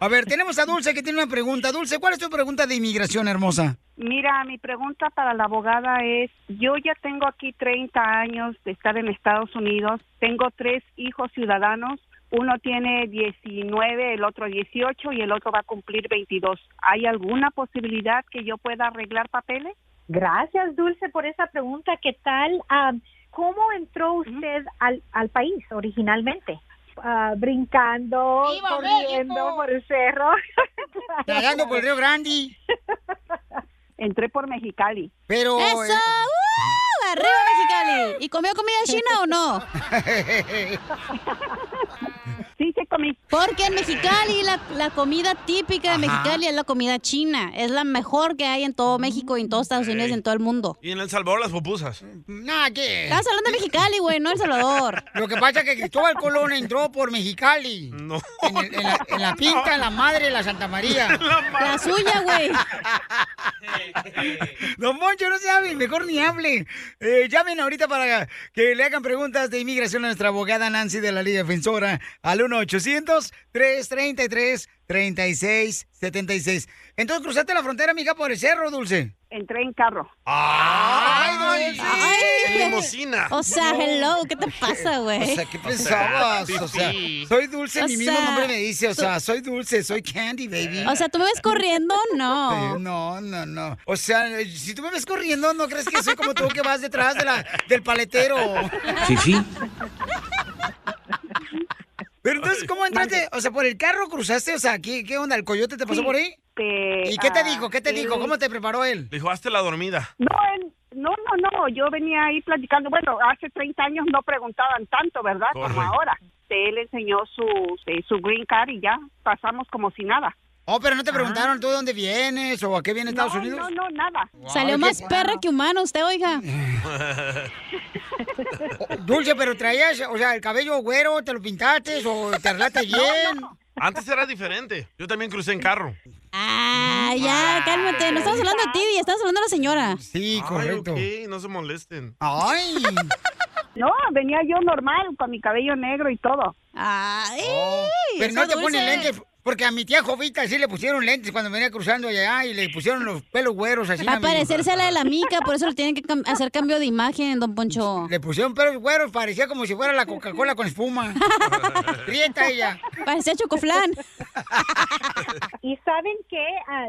Speaker 2: A ver, tenemos a Dulce que tiene una pregunta. Dulce, ¿cuál es tu pregunta de inmigración, hermosa?
Speaker 13: Mira, mi pregunta para la abogada es, yo ya tengo aquí 30 años de estar en Estados Unidos, tengo tres hijos ciudadanos, uno tiene 19, el otro 18 y el otro va a cumplir 22. ¿Hay alguna posibilidad que yo pueda arreglar papeles? Gracias, Dulce, por esa pregunta. ¿Qué tal? Ah, ¿Cómo entró usted al, al país originalmente? Ah, brincando,
Speaker 2: ¡Viva
Speaker 13: corriendo
Speaker 2: México!
Speaker 13: por el cerro.
Speaker 2: Nadando por el Río Grande.
Speaker 13: Entré por Mexicali.
Speaker 2: Pero...
Speaker 3: ¡Eso!
Speaker 2: eh,
Speaker 3: ¡Uh! ¡Arriba Mexicali! ¿Y comió comida china o no?
Speaker 13: Sí, se comí.
Speaker 3: Porque en Mexicali la, la comida típica de Mexicali es la comida china. Es la mejor que hay en
Speaker 2: Mm,
Speaker 3: todo México y en todos Estados Unidos y en todo el mundo.
Speaker 4: Y en El Salvador las pupusas.
Speaker 2: Nada, ¿qué?
Speaker 3: Estás hablando de Mexicali, güey, no El Salvador.
Speaker 2: Lo que pasa es que Cristóbal Colón entró por Mexicali.
Speaker 4: No.
Speaker 2: En, el- en la, en la pinta, en la madre de la Santa María.
Speaker 4: La,
Speaker 2: la
Speaker 3: suya, güey.
Speaker 2: Don Moncho, no se hable, mejor ni hable. Eh, llamen ahorita para que le hagan preguntas de inmigración a nuestra abogada Nancy de la Liga Defensora al 1-800-333-3676. Entonces cruzaste la frontera, amiga, por el cerro, Dulce. Ah,
Speaker 13: Entré en carro.
Speaker 2: ¡Ay, Dulce!
Speaker 3: ¡Ay! O sea, hello, ¿qué te pasa, güey?
Speaker 2: O sea, ¿qué pensabas? O sea, soy dulce,
Speaker 3: O
Speaker 2: mi mismo
Speaker 3: sea,
Speaker 2: nombre me dice, o
Speaker 3: tú-
Speaker 2: sea, soy dulce, soy candy, baby.
Speaker 3: O sea, ¿tú me ves corriendo?
Speaker 2: Eh,
Speaker 3: No.
Speaker 2: No, no, no. O sea, eh, si tú me ves corriendo, ¿no crees que soy como tú que vas detrás de la, del paletero?
Speaker 25: Fifi.
Speaker 2: Pero entonces, ¿cómo entraste? O sea, ¿por el carro cruzaste? O sea, ¿qué, qué onda? ¿El coyote te pasó
Speaker 13: Sí,
Speaker 2: por ahí?
Speaker 13: te-
Speaker 2: ¿Y qué te
Speaker 13: ah,
Speaker 2: dijo? ¿Qué te
Speaker 13: sí.
Speaker 2: dijo? ¿Cómo te preparó él?
Speaker 4: Dijo, hazte la dormida.
Speaker 13: No, en- no, no, no, yo venía ahí platicando, bueno, hace 30 años no preguntaban tanto, ¿verdad? Como
Speaker 4: Correcto.
Speaker 13: ahora. Él enseñó su, eh, su green card y ya pasamos como si nada. Ah.
Speaker 2: Oh, pero no te preguntaron tú de dónde vienes o a qué viene Estados Unidos.
Speaker 13: No, no, nada.
Speaker 3: Salió más perra que humano usted, oiga.
Speaker 2: Dulce, pero traías, o sea, el cabello güero, ¿te lo pintaste o te arreglaste bien?
Speaker 4: Antes era diferente. Yo también crucé en carro.
Speaker 3: Ah, ya, cálmate. No estamos hablando de ti, estamos hablando de la señora.
Speaker 2: Sí,
Speaker 4: correcto. no se molesten.
Speaker 2: Ay.
Speaker 13: No, venía yo normal, con mi cabello negro y todo.
Speaker 3: Ay,
Speaker 2: Oh. Pero no te ponen lentes, porque a mi tía Jovita sí le pusieron lentes cuando venía cruzando allá y le pusieron los pelos güeros así.
Speaker 3: Va a
Speaker 2: amigo.
Speaker 3: parecerse a la de la mica, por eso le tienen que cam- hacer cambio de imagen, don Poncho.
Speaker 2: Le pusieron pelos güeros, parecía como si fuera la Coca-Cola con espuma. Rienta ella.
Speaker 3: Parecía chocoflán.
Speaker 26: Y saben que,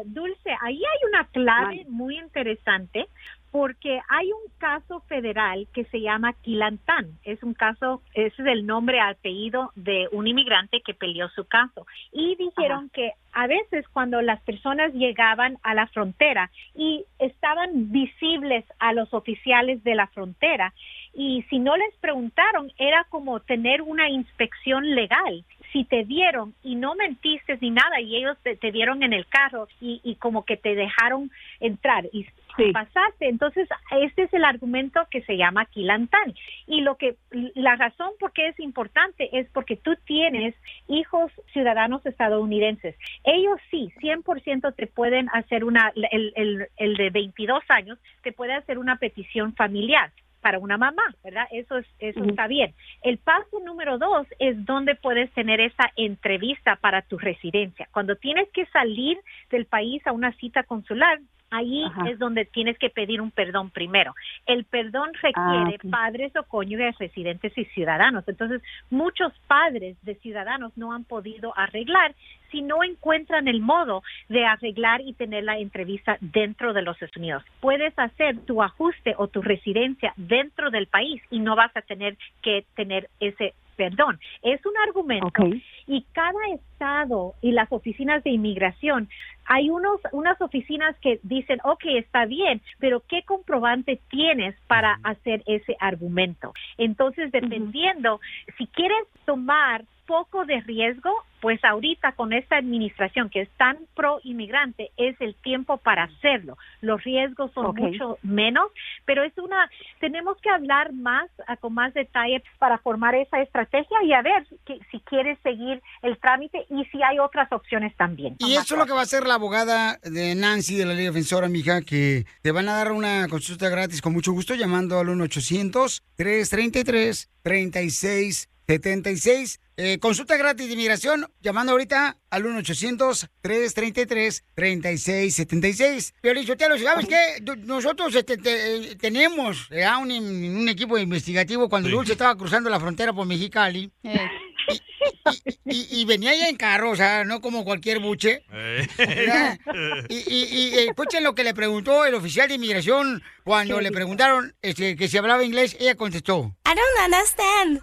Speaker 26: Dulce, ahí hay una clave muy interesante porque hay un caso federal que se llama Quilantán. Es un caso, ese es el nombre al apellido de un inmigrante que peleó su caso. Y dijeron que a veces cuando las personas llegaban a la frontera y estaban visibles a los oficiales de la frontera, y si no les preguntaron, era como tener una inspección legal. Si te vieron y no mentiste ni nada y ellos te, te vieron en el carro y, y como que te dejaron entrar y pasaste, entonces este es el argumento que se llama quilantán. Y lo que la razón por qué es importante es porque tú tienes hijos ciudadanos estadounidenses. Ellos sí, 100% te pueden hacer una, el, el, el de 22 años, te puede hacer una petición familiar para una mamá, ¿verdad? Eso es, eso
Speaker 13: Ujú.
Speaker 26: está bien. El paso número dos es donde puedes tener esa entrevista para tu residencia. Cuando tienes que salir del país a una cita consular, ahí
Speaker 13: Ajá.
Speaker 26: es donde tienes que pedir un perdón primero. El perdón
Speaker 13: Ah,
Speaker 26: requiere
Speaker 13: ok.
Speaker 26: padres o cónyuges residentes y ciudadanos. Entonces, muchos padres de ciudadanos no han podido arreglar si no encuentran el modo de arreglar y tener la entrevista dentro de los Estados Unidos. Puedes hacer tu ajuste o tu residencia dentro del país y no vas a tener que tener ese perdón. Es un argumento y cada estado y las oficinas de inmigración, hay unos, unas oficinas que dicen, ok, está bien, pero ¿qué comprobante tienes para hacer ese argumento? Entonces, dependiendo, si quieres tomar poco de riesgo, pues ahorita con esta administración que es tan pro inmigrante es el tiempo para hacerlo. Los riesgos son
Speaker 13: Ok.
Speaker 26: mucho menos, pero es una tenemos que hablar más ah, con más detalle para formar esa estrategia y a ver que- si quieres seguir el trámite y si hay otras opciones también.
Speaker 2: Y eso es lo que va a hacer la abogada de Nancy de la Liga Defensora, mija, que te van a dar una consulta gratis con mucho gusto llamando al 1-800-333-3676. Eh, consulta gratis de inmigración llamando ahorita al 1-800-333-3676. Pero Sotelo, ¿sabes qué? Du- Nosotros este, te- eh, tenemos eh,
Speaker 11: 哎
Speaker 2: un, un equipo investigativo cuando Dulce estaba cruzando la frontera por Mexicali. y, y venía ya en carro, o sea, no como cualquier buche. ¿verdad? Y, y- y escuchen lo que le preguntó el oficial de inmigración cuando le preguntaron este, que si hablaba inglés, ella contestó.
Speaker 26: I don't understand.